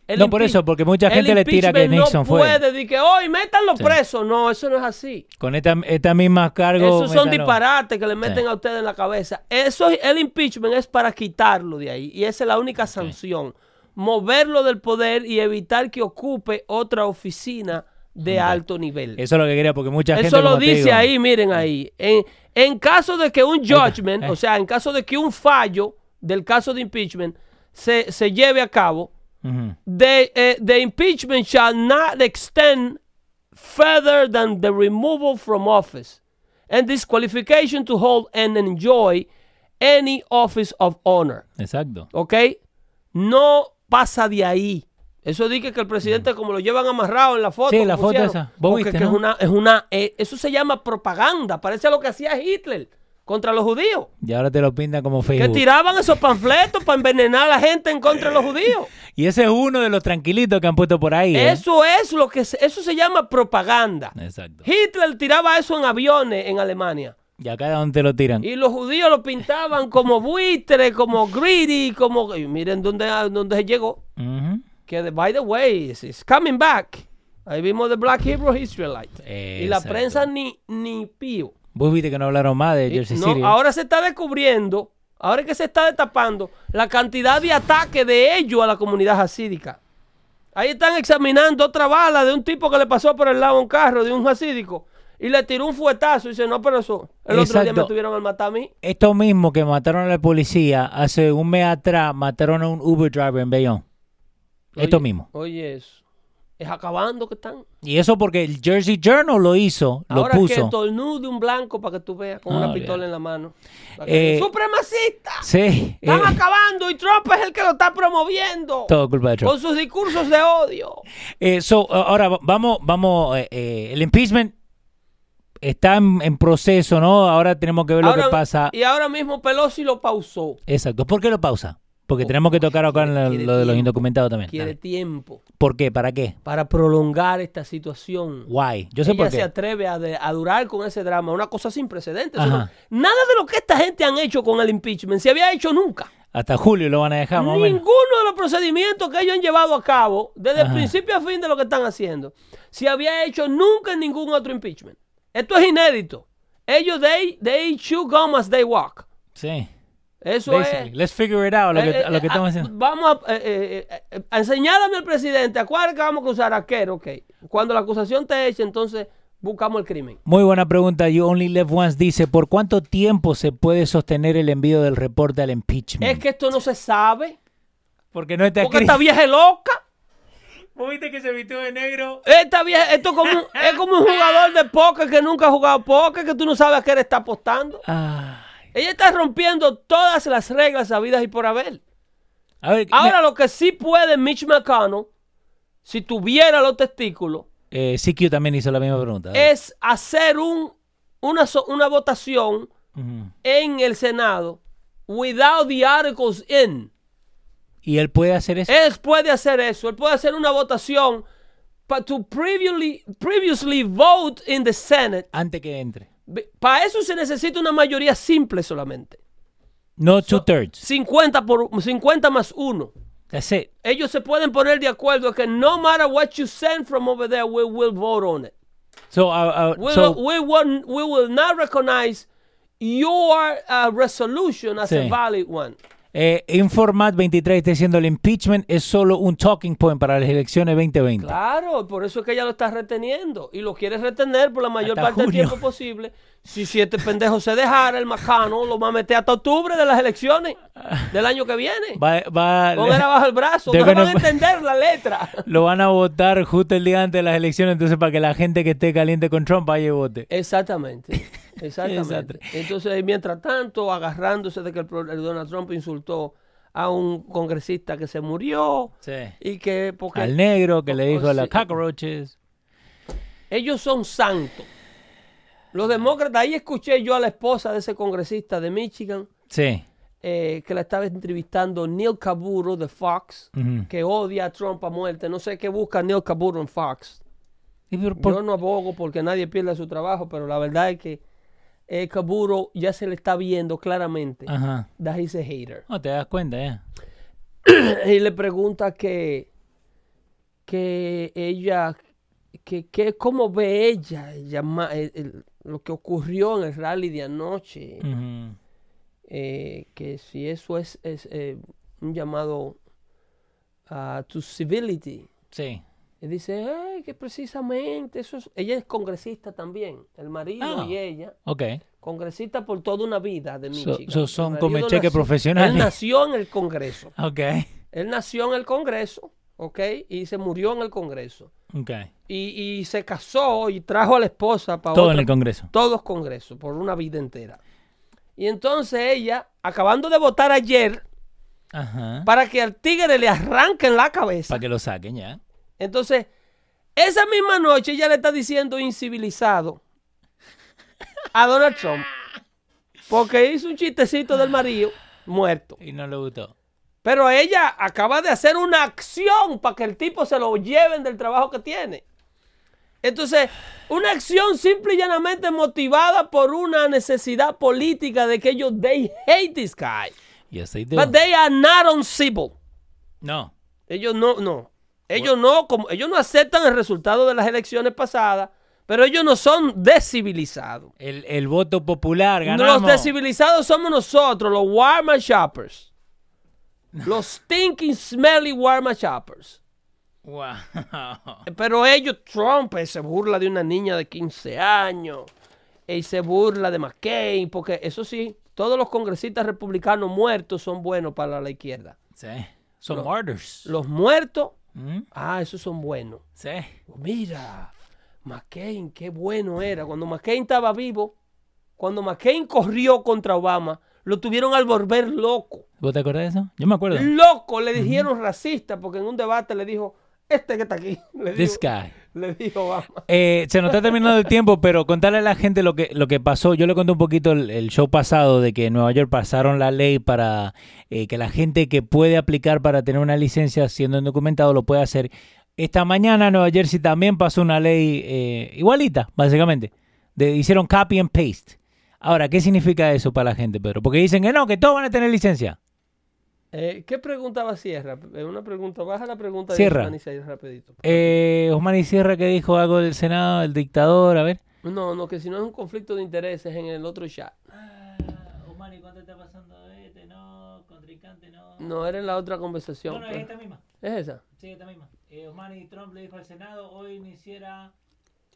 Speaker 1: El
Speaker 2: No, por
Speaker 1: impeach-
Speaker 2: eso, porque mucha
Speaker 1: el
Speaker 2: gente le tira que
Speaker 1: impeachment
Speaker 2: Nixon
Speaker 1: no
Speaker 2: fue.
Speaker 1: puede, di que hoy métanlo preso. No, eso no es así.
Speaker 2: Con esta, esta misma cargo.
Speaker 1: Esos son
Speaker 2: metano-
Speaker 1: disparates que le meten
Speaker 2: Sí.
Speaker 1: a ustedes en la cabeza. Eso, es- el impeachment es para quitarlo de ahí. Y esa es la única sanción. Moverlo del poder y evitar que ocupe otra oficina de alto nivel.
Speaker 2: Eso es lo que quería, porque mucha gente.
Speaker 1: Eso lo
Speaker 2: como te
Speaker 1: dice
Speaker 2: digo,
Speaker 1: ahí, miren ahí. En, en caso de que un judgment,
Speaker 2: eh.
Speaker 1: o sea, en caso de que un fallo del caso de impeachment se, se lleve a cabo,
Speaker 2: Ujú.
Speaker 1: the, eh, the impeachment shall not extend further than the removal from office and disqualification to hold and enjoy any office of honor.
Speaker 2: Exacto.
Speaker 1: ¿ok? No pasa de ahí. Eso dice que el presidente, como lo llevan amarrado en la foto.
Speaker 2: Sí, la
Speaker 1: como
Speaker 2: foto esa. Vos
Speaker 1: porque
Speaker 2: viste,
Speaker 1: que
Speaker 2: ¿no?
Speaker 1: es una, es una, eh, eso se llama propaganda. Parece lo que hacía Hitler contra los judíos.
Speaker 2: Y ahora te lo pintan como
Speaker 1: Que
Speaker 2: Facebook.
Speaker 1: tiraban esos panfletos para envenenar a la gente en contra de los judíos.
Speaker 2: Y ese es uno de los tranquilitos que han puesto por ahí. ¿eh?
Speaker 1: Eso es lo que se- eso se llama propaganda.
Speaker 2: Exacto.
Speaker 1: Hitler tiraba eso en aviones en Alemania.
Speaker 2: Y acá es donde te lo tiran.
Speaker 1: Y los judíos lo pintaban como buitre, como greedy, como... y miren dónde, dónde se llegó.
Speaker 2: Ujú.
Speaker 1: que de- by the way is, is coming back. Ahí vimos The Black Hebrew Israelite. Y la
Speaker 2: Exacto.
Speaker 1: prensa ni, ni pío.
Speaker 2: Vos viste que no hablaron más de
Speaker 1: Y-
Speaker 2: Jersey
Speaker 1: no,
Speaker 2: City. ¿eh?
Speaker 1: ahora se está descubriendo, ahora es que se está destapando la cantidad de ataques de ellos a la comunidad hasídica. Ahí están examinando otra bala de un tipo que le pasó por el lado a un carro de un hasídico y le tiró un fuetazo y dice, no, pero eso, el otro día
Speaker 2: Exacto.
Speaker 1: me tuvieron al matar a mí.
Speaker 2: Esto mismo que mataron a la policía hace un mes atrás, mataron a un Uber driver en Bayonne. Esto
Speaker 1: Oye,
Speaker 2: mismo.
Speaker 1: Oye, eso. Es acabando que están.
Speaker 2: Y eso porque el Jersey Journal lo hizo,
Speaker 1: Ahora
Speaker 2: lo
Speaker 1: que
Speaker 2: puso.
Speaker 1: tornude un blanco para que tú veas con
Speaker 2: Ah,
Speaker 1: una
Speaker 2: bien.
Speaker 1: pistola en la mano. Para
Speaker 2: Eh,
Speaker 1: que digas, ¡Supremacista!
Speaker 2: Sí.
Speaker 1: ¡Están
Speaker 2: eh,
Speaker 1: acabando! Y Trump es el que lo está promoviendo.
Speaker 2: todo culpa de Trump.
Speaker 1: Con sus discursos de odio.
Speaker 2: Eh, so, a- ahora va- vamos, vamos, eh, eh, el impeachment está en, en proceso, ¿no? Ahora tenemos que ver lo
Speaker 1: Ahora-
Speaker 2: que pasa.
Speaker 1: Y ahora mismo Pelosi lo pausó.
Speaker 2: Exacto. ¿Por qué lo pausa? Porque tenemos que tocar acá en la-
Speaker 1: Oh, quiere
Speaker 2: lo de los
Speaker 1: tiempo,
Speaker 2: indocumentados también.
Speaker 1: Quiere
Speaker 2: Dale.
Speaker 1: tiempo
Speaker 2: ¿Por qué? ¿Para qué?
Speaker 1: para prolongar esta situación.
Speaker 2: Why? Yo sé
Speaker 1: Ella
Speaker 2: por
Speaker 1: se
Speaker 2: qué.
Speaker 1: atreve a, de- a durar con ese drama. Una cosa sin precedentes. Eso
Speaker 2: Ajá.
Speaker 1: no- nada de lo que esta gente han hecho con el impeachment se había hecho nunca.
Speaker 2: Hasta julio lo van a dejar, más o menos.
Speaker 1: Ninguno de los procedimientos que ellos han llevado a cabo, desde
Speaker 2: Ajá.
Speaker 1: el principio a fin de lo que están haciendo, se había hecho nunca en ningún otro impeachment. Esto es inédito. Ellos, they, they chew gum as they walk.
Speaker 2: Sí.
Speaker 1: Eso
Speaker 2: Basically,
Speaker 1: es.
Speaker 2: let's figure it out lo que,
Speaker 1: Eh, eh,
Speaker 2: lo que estamos
Speaker 1: ah,
Speaker 2: haciendo.
Speaker 1: Vamos a, eh, eh, eh, a enseñarle al presidente a cuál es que vamos a acusar, a qué, ok. Cuando la acusación te eche, entonces buscamos el crimen.
Speaker 2: Muy buena pregunta. You Only Live Once dice, ¿por cuánto tiempo se puede sostener el envío del reporte al impeachment?
Speaker 1: Es que esto no se sabe,
Speaker 2: porque no está
Speaker 1: porque
Speaker 2: escrito.
Speaker 1: esta vieja es loca.
Speaker 2: ¿Vos viste que se vistió de negro?
Speaker 1: Esta vieja, esto es como, un- es como un jugador de póker que nunca ha jugado póker, que tú no sabes a qué le está apostando.
Speaker 2: Ah.
Speaker 1: Ella está rompiendo todas las reglas sabidas y por haber.
Speaker 2: a ver,
Speaker 1: Ahora lo que sí puede Mitch McConnell, si tuviera los testículos,
Speaker 2: eh, CQ también hizo la misma pregunta. Dale.
Speaker 1: es hacer un, una, so- una votación
Speaker 2: Ujú.
Speaker 1: en el Senado without the articles in.
Speaker 2: Y él puede hacer eso.
Speaker 1: Él puede hacer eso. Él puede hacer una votación para to previously, previously vote in the Senate.
Speaker 2: antes que entre.
Speaker 1: Para eso se necesita una mayoría simple solamente.
Speaker 2: No two thirds.
Speaker 1: 50, por, 50 más 1.
Speaker 2: That's it.
Speaker 1: Ellos se pueden poner de acuerdo que no matter what you send from over there, we will vote on it.
Speaker 2: So, uh, uh,
Speaker 1: We,
Speaker 2: so-
Speaker 1: will, we, will, we will not recognize your uh, resolution as a
Speaker 2: Sí.
Speaker 1: valid one.
Speaker 2: Eh, Informat 23 está diciendo el impeachment es solo un talking point para las elecciones 2020.
Speaker 1: Claro, por eso es que ella lo está reteniendo y lo quiere retener por la mayor
Speaker 2: Hasta
Speaker 1: parte
Speaker 2: junio.
Speaker 1: del tiempo posible. Si siete pendejos se dejara, el macano lo va a meter hasta octubre de las elecciones del año que viene.
Speaker 2: Va, va-
Speaker 1: Póngala bajo el brazo,
Speaker 2: They're
Speaker 1: no van a
Speaker 2: gonna-
Speaker 1: entender la letra.
Speaker 2: lo van a votar justo el día antes de las elecciones, entonces para que la gente que esté caliente con Trump vaya y vote.
Speaker 1: Exactamente, exactamente.
Speaker 2: Exacto.
Speaker 1: Entonces, mientras tanto, agarrándose de que el, pro- el Donald Trump insultó a un congresista que se murió
Speaker 2: Sí.
Speaker 1: y que porque
Speaker 2: Al negro que le
Speaker 1: Oh,
Speaker 2: dijo a las
Speaker 1: sí.
Speaker 2: cockroaches.
Speaker 1: Ellos son santos. Los demócratas, ahí escuché yo a la esposa de ese congresista de Michigan,
Speaker 2: Sí.
Speaker 1: eh, que la estaba entrevistando Neil Caburo de Fox,
Speaker 2: Ujú.
Speaker 1: que odia a Trump a muerte. No sé qué busca Neil Caburo en Fox.
Speaker 2: Y por- por-
Speaker 1: Yo no abogo porque nadie pierda su trabajo, pero la verdad es que eh, Caburo ya se le está viendo claramente.
Speaker 2: Ajá.
Speaker 1: That he's a hater.
Speaker 2: No te das cuenta, ¿eh?
Speaker 1: y le pregunta que, que ella, que, que cómo ve ella, ella ma- el- el- lo que ocurrió en el rally de anoche,
Speaker 2: Ujú.
Speaker 1: eh, que si eso es, es, eh, un llamado a to civility.
Speaker 2: Sí.
Speaker 1: Y dice, "Ay, que precisamente eso es-". Ella es congresista también, el marido
Speaker 2: Ah.
Speaker 1: y ella.
Speaker 2: Ok.
Speaker 1: Congresista por toda una vida de
Speaker 2: So-
Speaker 1: Michigan.
Speaker 2: so
Speaker 1: El
Speaker 2: son
Speaker 1: marido
Speaker 2: comecheques
Speaker 1: nació-
Speaker 2: profesionales.
Speaker 1: Él nació en el Congreso.
Speaker 2: Ok.
Speaker 1: Él nació en el Congreso, ¿ok? Y se murió en el Congreso.
Speaker 2: Ok.
Speaker 1: Y, y se casó y trajo a la esposa para
Speaker 2: Todo en el Congreso.
Speaker 1: todos Congresos, por una vida entera. Y entonces ella, acabando de votar ayer,
Speaker 2: Ajá.
Speaker 1: para que al tigre le arranquen la cabeza.
Speaker 2: Para que lo saquen ya.
Speaker 1: Entonces, esa misma noche ella le está diciendo incivilizado a Donald Trump. Porque hizo un chistecito del marido muerto.
Speaker 2: Y no le gustó.
Speaker 1: Pero ella acaba de hacer una acción para que el tipo se lo lleven del trabajo que tiene. Entonces, una acción simple y llanamente motivada por una necesidad política de que ellos, they hate this guy.
Speaker 2: Yes, they do.
Speaker 1: But they are not on civil.
Speaker 2: No.
Speaker 1: Ellos no, no. Ellos no, como, ellos no aceptan el resultado de las elecciones pasadas, pero ellos no son descivilizados.
Speaker 2: El, el voto popular ganamos.
Speaker 1: Los descivilizados somos nosotros, los warmer shoppers. Los stinking, smelly warmer shoppers.
Speaker 2: Wow.
Speaker 1: Pero ellos, Trump, eh, se burla de una niña de 15 años. Y se burla de McCain. Porque eso sí, todos los congresistas republicanos muertos son buenos para la izquierda.
Speaker 2: Sí. Son martyrs.
Speaker 1: Los muertos,
Speaker 2: Mm,
Speaker 1: ah, esos son buenos.
Speaker 2: Sí.
Speaker 1: Mira, McCain, qué bueno era. Cuando McCain estaba vivo, cuando McCain corrió contra Obama, lo tuvieron al volver loco.
Speaker 2: ¿Vos te acordás de eso? Yo me acuerdo.
Speaker 1: Loco, le dijeron racista, porque en un debate le dijo, este que está aquí, le dijo,
Speaker 2: This guy.
Speaker 1: le dijo Obama.
Speaker 2: Eh, se nos está terminando el tiempo, pero contarle a la gente lo que, lo que pasó. Yo le conté un poquito el, el show pasado de que en Nueva York pasaron la ley para eh, que la gente que puede aplicar para tener una licencia siendo indocumentado lo puede hacer. Esta mañana Nueva Jersey también pasó una ley eh, igualita, básicamente. De- hicieron copy and paste. Ahora, ¿qué significa eso para la gente, Pedro? Porque dicen que no, que todos van a tener licencia.
Speaker 1: Eh, ¿Qué pregunta va Sierra? Eh, Una pregunta, baja la pregunta
Speaker 2: Sierra.
Speaker 1: de Giovanni ahí rapidito.
Speaker 2: Eh, Osmani Sierra que dijo algo del Senado, el dictador, a ver.
Speaker 1: No, no, que si no es un conflicto de intereses en el otro chat.
Speaker 3: Ah,
Speaker 2: ¿cuánto está pasando este? No,
Speaker 3: contrincante no.
Speaker 1: No, era en la otra conversación.
Speaker 3: No, no, es
Speaker 1: pues.
Speaker 3: esta misma.
Speaker 1: ¿Es esa?
Speaker 3: Sí, esta misma. Eh, Osmani Trump le dijo al Senado hoy iniciara.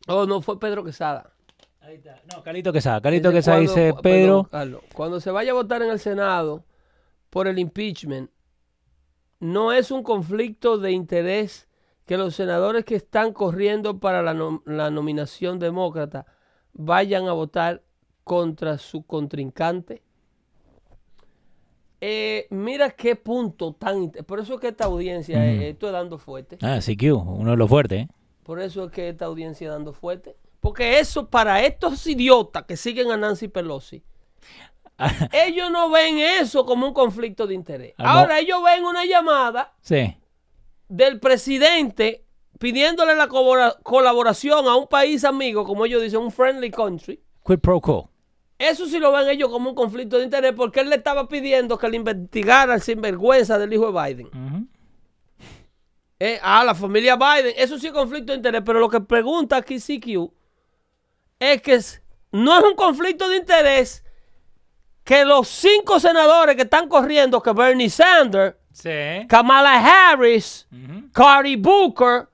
Speaker 1: Oh, no, fue Pedro Quesada.
Speaker 3: Ahí está. No, Cali.
Speaker 2: Calito Quesada, Calito
Speaker 1: Dice,
Speaker 2: Quesada
Speaker 1: cuando-
Speaker 2: dice,
Speaker 1: cu- perdón,
Speaker 2: Pedro,
Speaker 1: Carlos, cuando se vaya a votar en el Senado por el impeachment, no es un conflicto de interés que los senadores que están corriendo para la, nom- la nominación demócrata vayan a votar contra su contrincante. Eh, mira qué punto tan... inte- Por eso es que esta audiencia, eh, esto es dando fuerte.
Speaker 2: ah, CQ, uno de los fuertes, ¿eh?
Speaker 1: Por eso es que esta audiencia dando fuerte. Porque eso para estos idiotas que siguen a Nancy Pelosi,
Speaker 2: ¿eh?
Speaker 1: ellos no ven eso como un conflicto de interés.
Speaker 2: Ah, no.
Speaker 1: Ahora ellos ven una llamada
Speaker 2: sí.
Speaker 1: del presidente pidiéndole la cobora- colaboración a un país amigo, como ellos dicen, un friendly country.
Speaker 2: Quid pro quo.
Speaker 1: Eso sí lo ven ellos como un conflicto de interés porque él le estaba pidiendo que le investigara el sinvergüenza del hijo de Biden.
Speaker 2: Ujú.
Speaker 1: Eh, ah, la familia Biden. Eso sí es conflicto de interés. Pero lo que pregunta aquí CQ es que es- no es un conflicto de interés que los cinco senadores que están corriendo, que Bernie Sanders,
Speaker 2: Sí.
Speaker 1: Kamala Harris,
Speaker 2: Ujú.
Speaker 1: Cory Booker,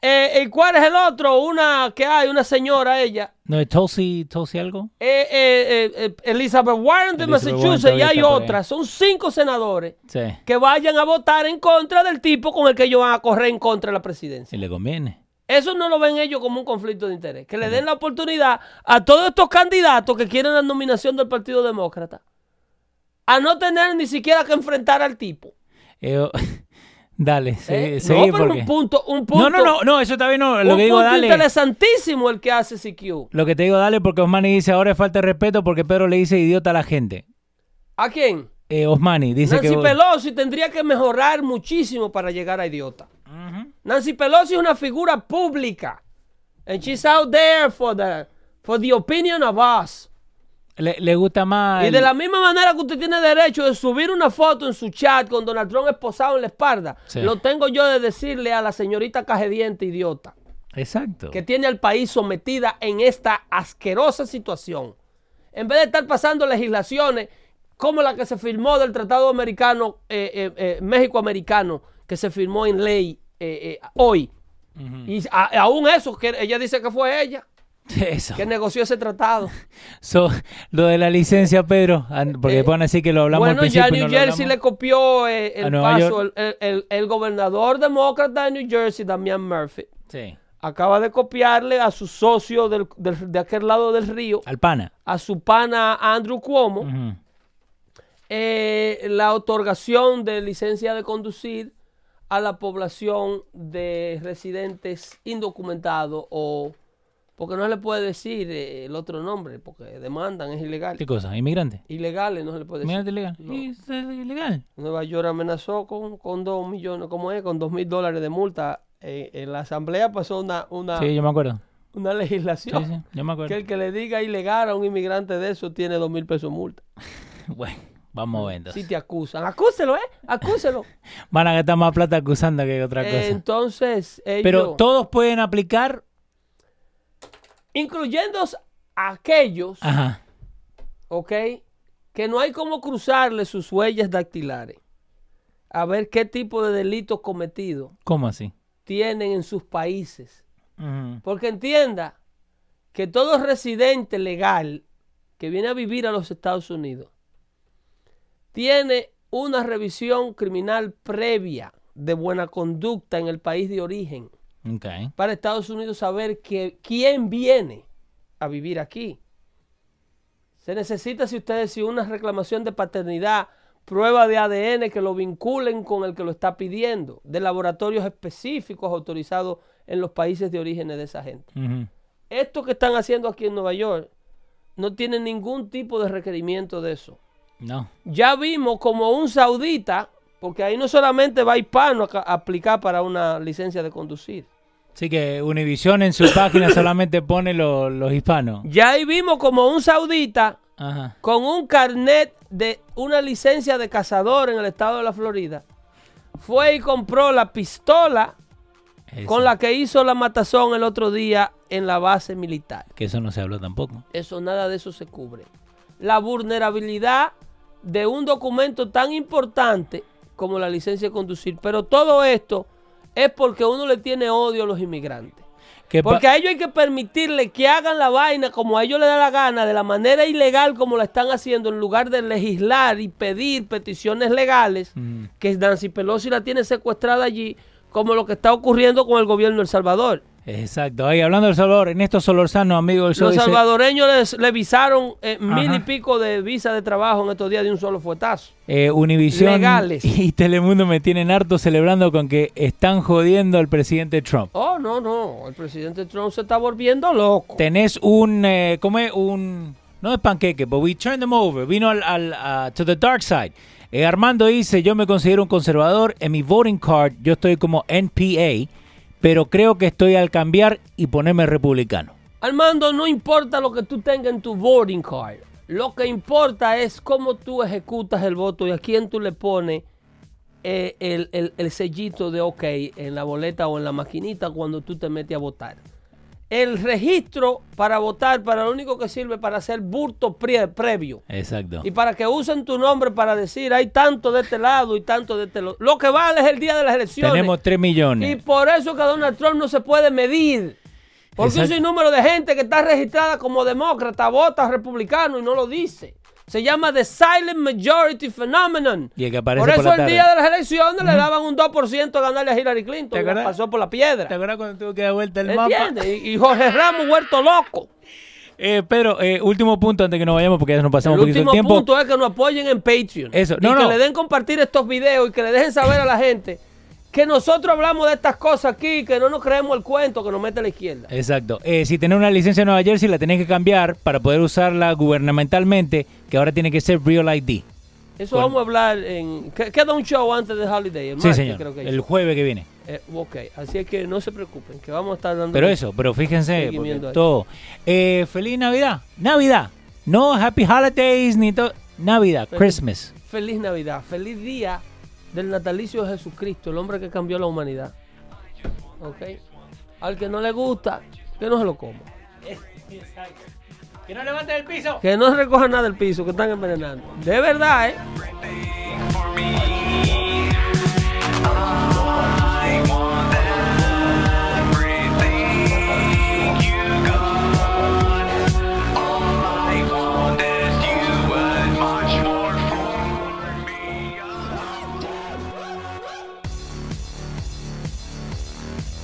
Speaker 1: eh, ¿y cuál es el otro? Una que hay, una señora ella.
Speaker 2: No, es Tulsi, Tulsi algo.
Speaker 1: eh, eh, eh, eh, Elizabeth Warren de
Speaker 2: Elizabeth Warren
Speaker 1: Massachusetts y
Speaker 2: todavía
Speaker 1: hay
Speaker 2: está por ahí.
Speaker 1: otras. Son cinco senadores
Speaker 2: Sí.
Speaker 1: que vayan a votar en contra del tipo con el que ellos van a correr en contra de la presidencia.
Speaker 2: Si le conviene.
Speaker 1: Eso no lo ven ellos como un conflicto de interés. Que le den la oportunidad a todos estos candidatos que quieren la nominación del Partido Demócrata a no tener ni siquiera que enfrentar al tipo.
Speaker 2: Eh, o- dale, sí,
Speaker 1: ¿eh?
Speaker 2: sí,
Speaker 1: no, pero
Speaker 2: porque-
Speaker 1: un punto, un punto.
Speaker 2: no, no, no, no, eso está bien, no, lo
Speaker 1: un
Speaker 2: que digo,
Speaker 1: punto
Speaker 2: dale.
Speaker 1: interesantísimo el que hace CQ.
Speaker 2: Lo que te digo, dale, porque Osmani dice, ahora es falta de respeto porque Pedro le dice idiota a la gente.
Speaker 1: ¿A quién?
Speaker 2: Eh, Osmani dice
Speaker 1: Nancy
Speaker 2: que... vos-
Speaker 1: Pelosi tendría que mejorar muchísimo para llegar a idiota.
Speaker 2: Ujú.
Speaker 1: Nancy Pelosi es una figura pública. And she's out there for the, for the opinion of us.
Speaker 2: le, le gusta más...
Speaker 1: Y
Speaker 2: el-
Speaker 1: de la misma manera que usted tiene derecho de subir una foto en su chat con Donald Trump esposado en la espalda,
Speaker 2: Sí.
Speaker 1: lo tengo yo de decirle a la señorita cajediente idiota
Speaker 2: Exacto.
Speaker 1: que tiene al país sometida en esta asquerosa situación. En vez de estar pasando legislaciones como la que se firmó del Tratado Americano, eh, eh, eh, México-Americano, que se firmó en ley eh, eh, hoy. Y a- aún eso, que ella dice que fue ella
Speaker 2: Eso.
Speaker 1: que negoció ese tratado.
Speaker 2: So, lo de la licencia, Pedro, an- porque
Speaker 1: Eh,
Speaker 2: van a decir que lo hablamos al
Speaker 1: bueno,
Speaker 2: principio.
Speaker 1: ya
Speaker 2: y no
Speaker 1: New
Speaker 2: lo
Speaker 1: Jersey
Speaker 2: hablamos.
Speaker 1: le copió eh,
Speaker 2: A
Speaker 1: el
Speaker 2: Nueva
Speaker 1: paso.
Speaker 2: York.
Speaker 1: El, el- el- el gobernador demócrata de New Jersey, Damian Murphy,
Speaker 2: Sí.
Speaker 1: acaba de copiarle a su socio del- del- de aquel lado del río,
Speaker 2: Al pana.
Speaker 1: a su pana Andrew Cuomo,
Speaker 2: Ujú.
Speaker 1: eh, la otorgación de licencia de conducir a la población de residentes indocumentados o... Porque no se le puede decir eh, el otro nombre, porque demandan, es ilegal.
Speaker 2: ¿Qué cosa? ¿Inmigrante?
Speaker 1: Ilegales no se le puede decir.
Speaker 2: ¿Inmigrante legal?
Speaker 1: No.
Speaker 2: Sí, es ilegal.
Speaker 1: Nueva York amenazó con, con dos millones, ¿cómo es? Con dos mil dólares de multa. Eh, en la asamblea pasó una, una,
Speaker 2: Sí, yo me acuerdo.
Speaker 1: una
Speaker 2: Sí,
Speaker 1: legislación
Speaker 2: sí, yo me acuerdo.
Speaker 1: que el que le diga ilegal a un inmigrante de eso tiene dos mil pesos multa.
Speaker 2: Bueno, vamos a ver entonces.
Speaker 1: Si te acusan, acúselo, ¿eh? Acúselo.
Speaker 2: Van a gastar más plata acusando que otra cosa.
Speaker 1: Eh, entonces, ellos,
Speaker 2: Pero todos pueden aplicar.
Speaker 1: incluyendo aquellos,
Speaker 2: Ajá.
Speaker 1: ¿ok? Que no hay como cruzarle sus huellas dactilares a ver qué tipo de delitos cometidos
Speaker 2: ¿Cómo así?
Speaker 1: tienen en sus países.
Speaker 2: Ujú.
Speaker 1: Porque entienda que todo residente legal que viene a vivir a los Estados Unidos tiene una revisión criminal previa de buena conducta en el país de origen
Speaker 2: Ok.
Speaker 1: para Estados Unidos saber que, quién viene a vivir aquí. Se necesita, si ustedes, si una reclamación de paternidad, prueba de ADN que lo vinculen con el que lo está pidiendo, de laboratorios específicos autorizados en los países de origen de esa gente.
Speaker 2: Ujú.
Speaker 1: Esto que están haciendo aquí en Nueva York no tiene ningún tipo de requerimiento de eso.
Speaker 2: No.
Speaker 1: Ya vimos como un saudita, porque ahí no solamente va hispano a ca- a aplicar para una licencia de conducir.
Speaker 2: Así que Univision en su página solamente pone lo- los hispanos.
Speaker 1: Ya ahí vimos como un saudita
Speaker 2: Ajá.
Speaker 1: con un carnet de una licencia de cazador en el estado de la Florida fue y compró la pistola
Speaker 2: Eso.
Speaker 1: con la que hizo la matazón el otro día en la base militar.
Speaker 2: Que eso no se habló tampoco.
Speaker 1: Eso nada de eso se cubre. La vulnerabilidad de un documento tan importante como la licencia de conducir. Pero todo esto es porque uno le tiene odio a los inmigrantes.
Speaker 2: Que pa-
Speaker 1: Porque a ellos hay que permitirle que hagan la vaina como a ellos les da la gana, de la manera ilegal como la están haciendo, en lugar de legislar y pedir peticiones legales,
Speaker 2: Mm.
Speaker 1: que Nancy Pelosi la tiene secuestrada allí, como lo que está ocurriendo con el gobierno de El Salvador.
Speaker 2: Exacto. Ahí hablando del Salvador, Ernesto Solorzano, amigo del show,
Speaker 1: Los
Speaker 2: dice-
Speaker 1: salvadoreños les- le visaron eh, mil y
Speaker 2: Ajá.
Speaker 1: pico de visa de trabajo en estos días de un solo fuetazo.
Speaker 2: Eh, Univisión
Speaker 1: Legales.
Speaker 2: y Telemundo me tienen harto celebrando con que están jodiendo al presidente Trump.
Speaker 1: Oh, no, no, el presidente Trump se está volviendo loco.
Speaker 2: Tenés un, eh, ¿cómo es? Un, no es panqueque, but we turned them over. Vino al, al a- to the dark side. Eh, Armando dice, yo me considero un conservador. En mi voting card yo estoy como NPA, pero creo que estoy al cambiar y ponerme republicano.
Speaker 1: Armando, no importa lo que tú tengas en tu voting card. Lo que importa es cómo tú ejecutas el voto y a quién tú le pones eh, el, el- el sellito de OK en la boleta o en la maquinita cuando tú te metes a votar. El registro para votar, para lo único que sirve para hacer burto pre- previo.
Speaker 2: Exacto.
Speaker 1: Y para que usen tu nombre para decir hay tanto de este lado y tanto de este lado. Lo que vale es el día de las elecciones.
Speaker 2: Tenemos 3
Speaker 1: Y
Speaker 2: millones.
Speaker 1: por eso que Donald Trump no se puede medir. Porque un
Speaker 2: Exacto.
Speaker 1: sinnúmero de gente que está registrada como demócrata, vota republicano y no lo dice. Se llama The Silent Majority Phenomenon.
Speaker 2: Y el que aparece
Speaker 1: por eso
Speaker 2: por la
Speaker 1: el
Speaker 2: tarde.
Speaker 1: día de las elecciones le daban un 2% a ganarle a Hillary Clinton.
Speaker 2: ¿Te
Speaker 1: y la
Speaker 2: acuerdas?
Speaker 1: pasó por la piedra.
Speaker 2: ¿Te acuerdas cuando tuvo que dar vuelta el mapa?
Speaker 1: ¿Entiendes? Y, y Jorge Ramos vuelto loco.
Speaker 2: Eh, Pedro, eh, último punto antes que nos vayamos porque ya nos pasamos
Speaker 1: El
Speaker 2: un poquito el
Speaker 1: último
Speaker 2: tiempo.
Speaker 1: punto es que nos apoyen en Patreon.
Speaker 2: Eso,
Speaker 1: y
Speaker 2: no,
Speaker 1: que
Speaker 2: no.
Speaker 1: le den compartir estos videos y que le dejen saber a la gente que nosotros hablamos de estas cosas aquí, que no nos creemos el cuento que nos mete la izquierda.
Speaker 2: Exacto. Eh, si tenés una licencia de Nueva Jersey, la tenés que cambiar para poder usarla gubernamentalmente, que ahora tiene que ser Real ID.
Speaker 1: Eso vamos a hablar en... que- Queda un show antes de Holiday, el
Speaker 2: Sí,
Speaker 1: martes
Speaker 2: señor.
Speaker 1: creo que hay
Speaker 2: El
Speaker 1: show.
Speaker 2: jueves que viene.
Speaker 1: Eh, ok, así es que no se preocupen, que vamos a estar dando...
Speaker 2: Pero eso, pero fíjense,
Speaker 1: Seguimiento
Speaker 2: porque
Speaker 1: ahí.
Speaker 2: todo. Eh, feliz Navidad. Navidad. No Happy Holidays ni todo. Navidad,
Speaker 1: Feliz-
Speaker 2: Christmas.
Speaker 1: Feliz Navidad, feliz día del natalicio de Jesucristo, el hombre que cambió la humanidad. Ok. Al que no le gusta, que no se lo coma.
Speaker 2: Que no levanten el piso.
Speaker 1: Que no se recoja nada del piso, que están envenenando. De verdad, ¿eh?
Speaker 5: for me.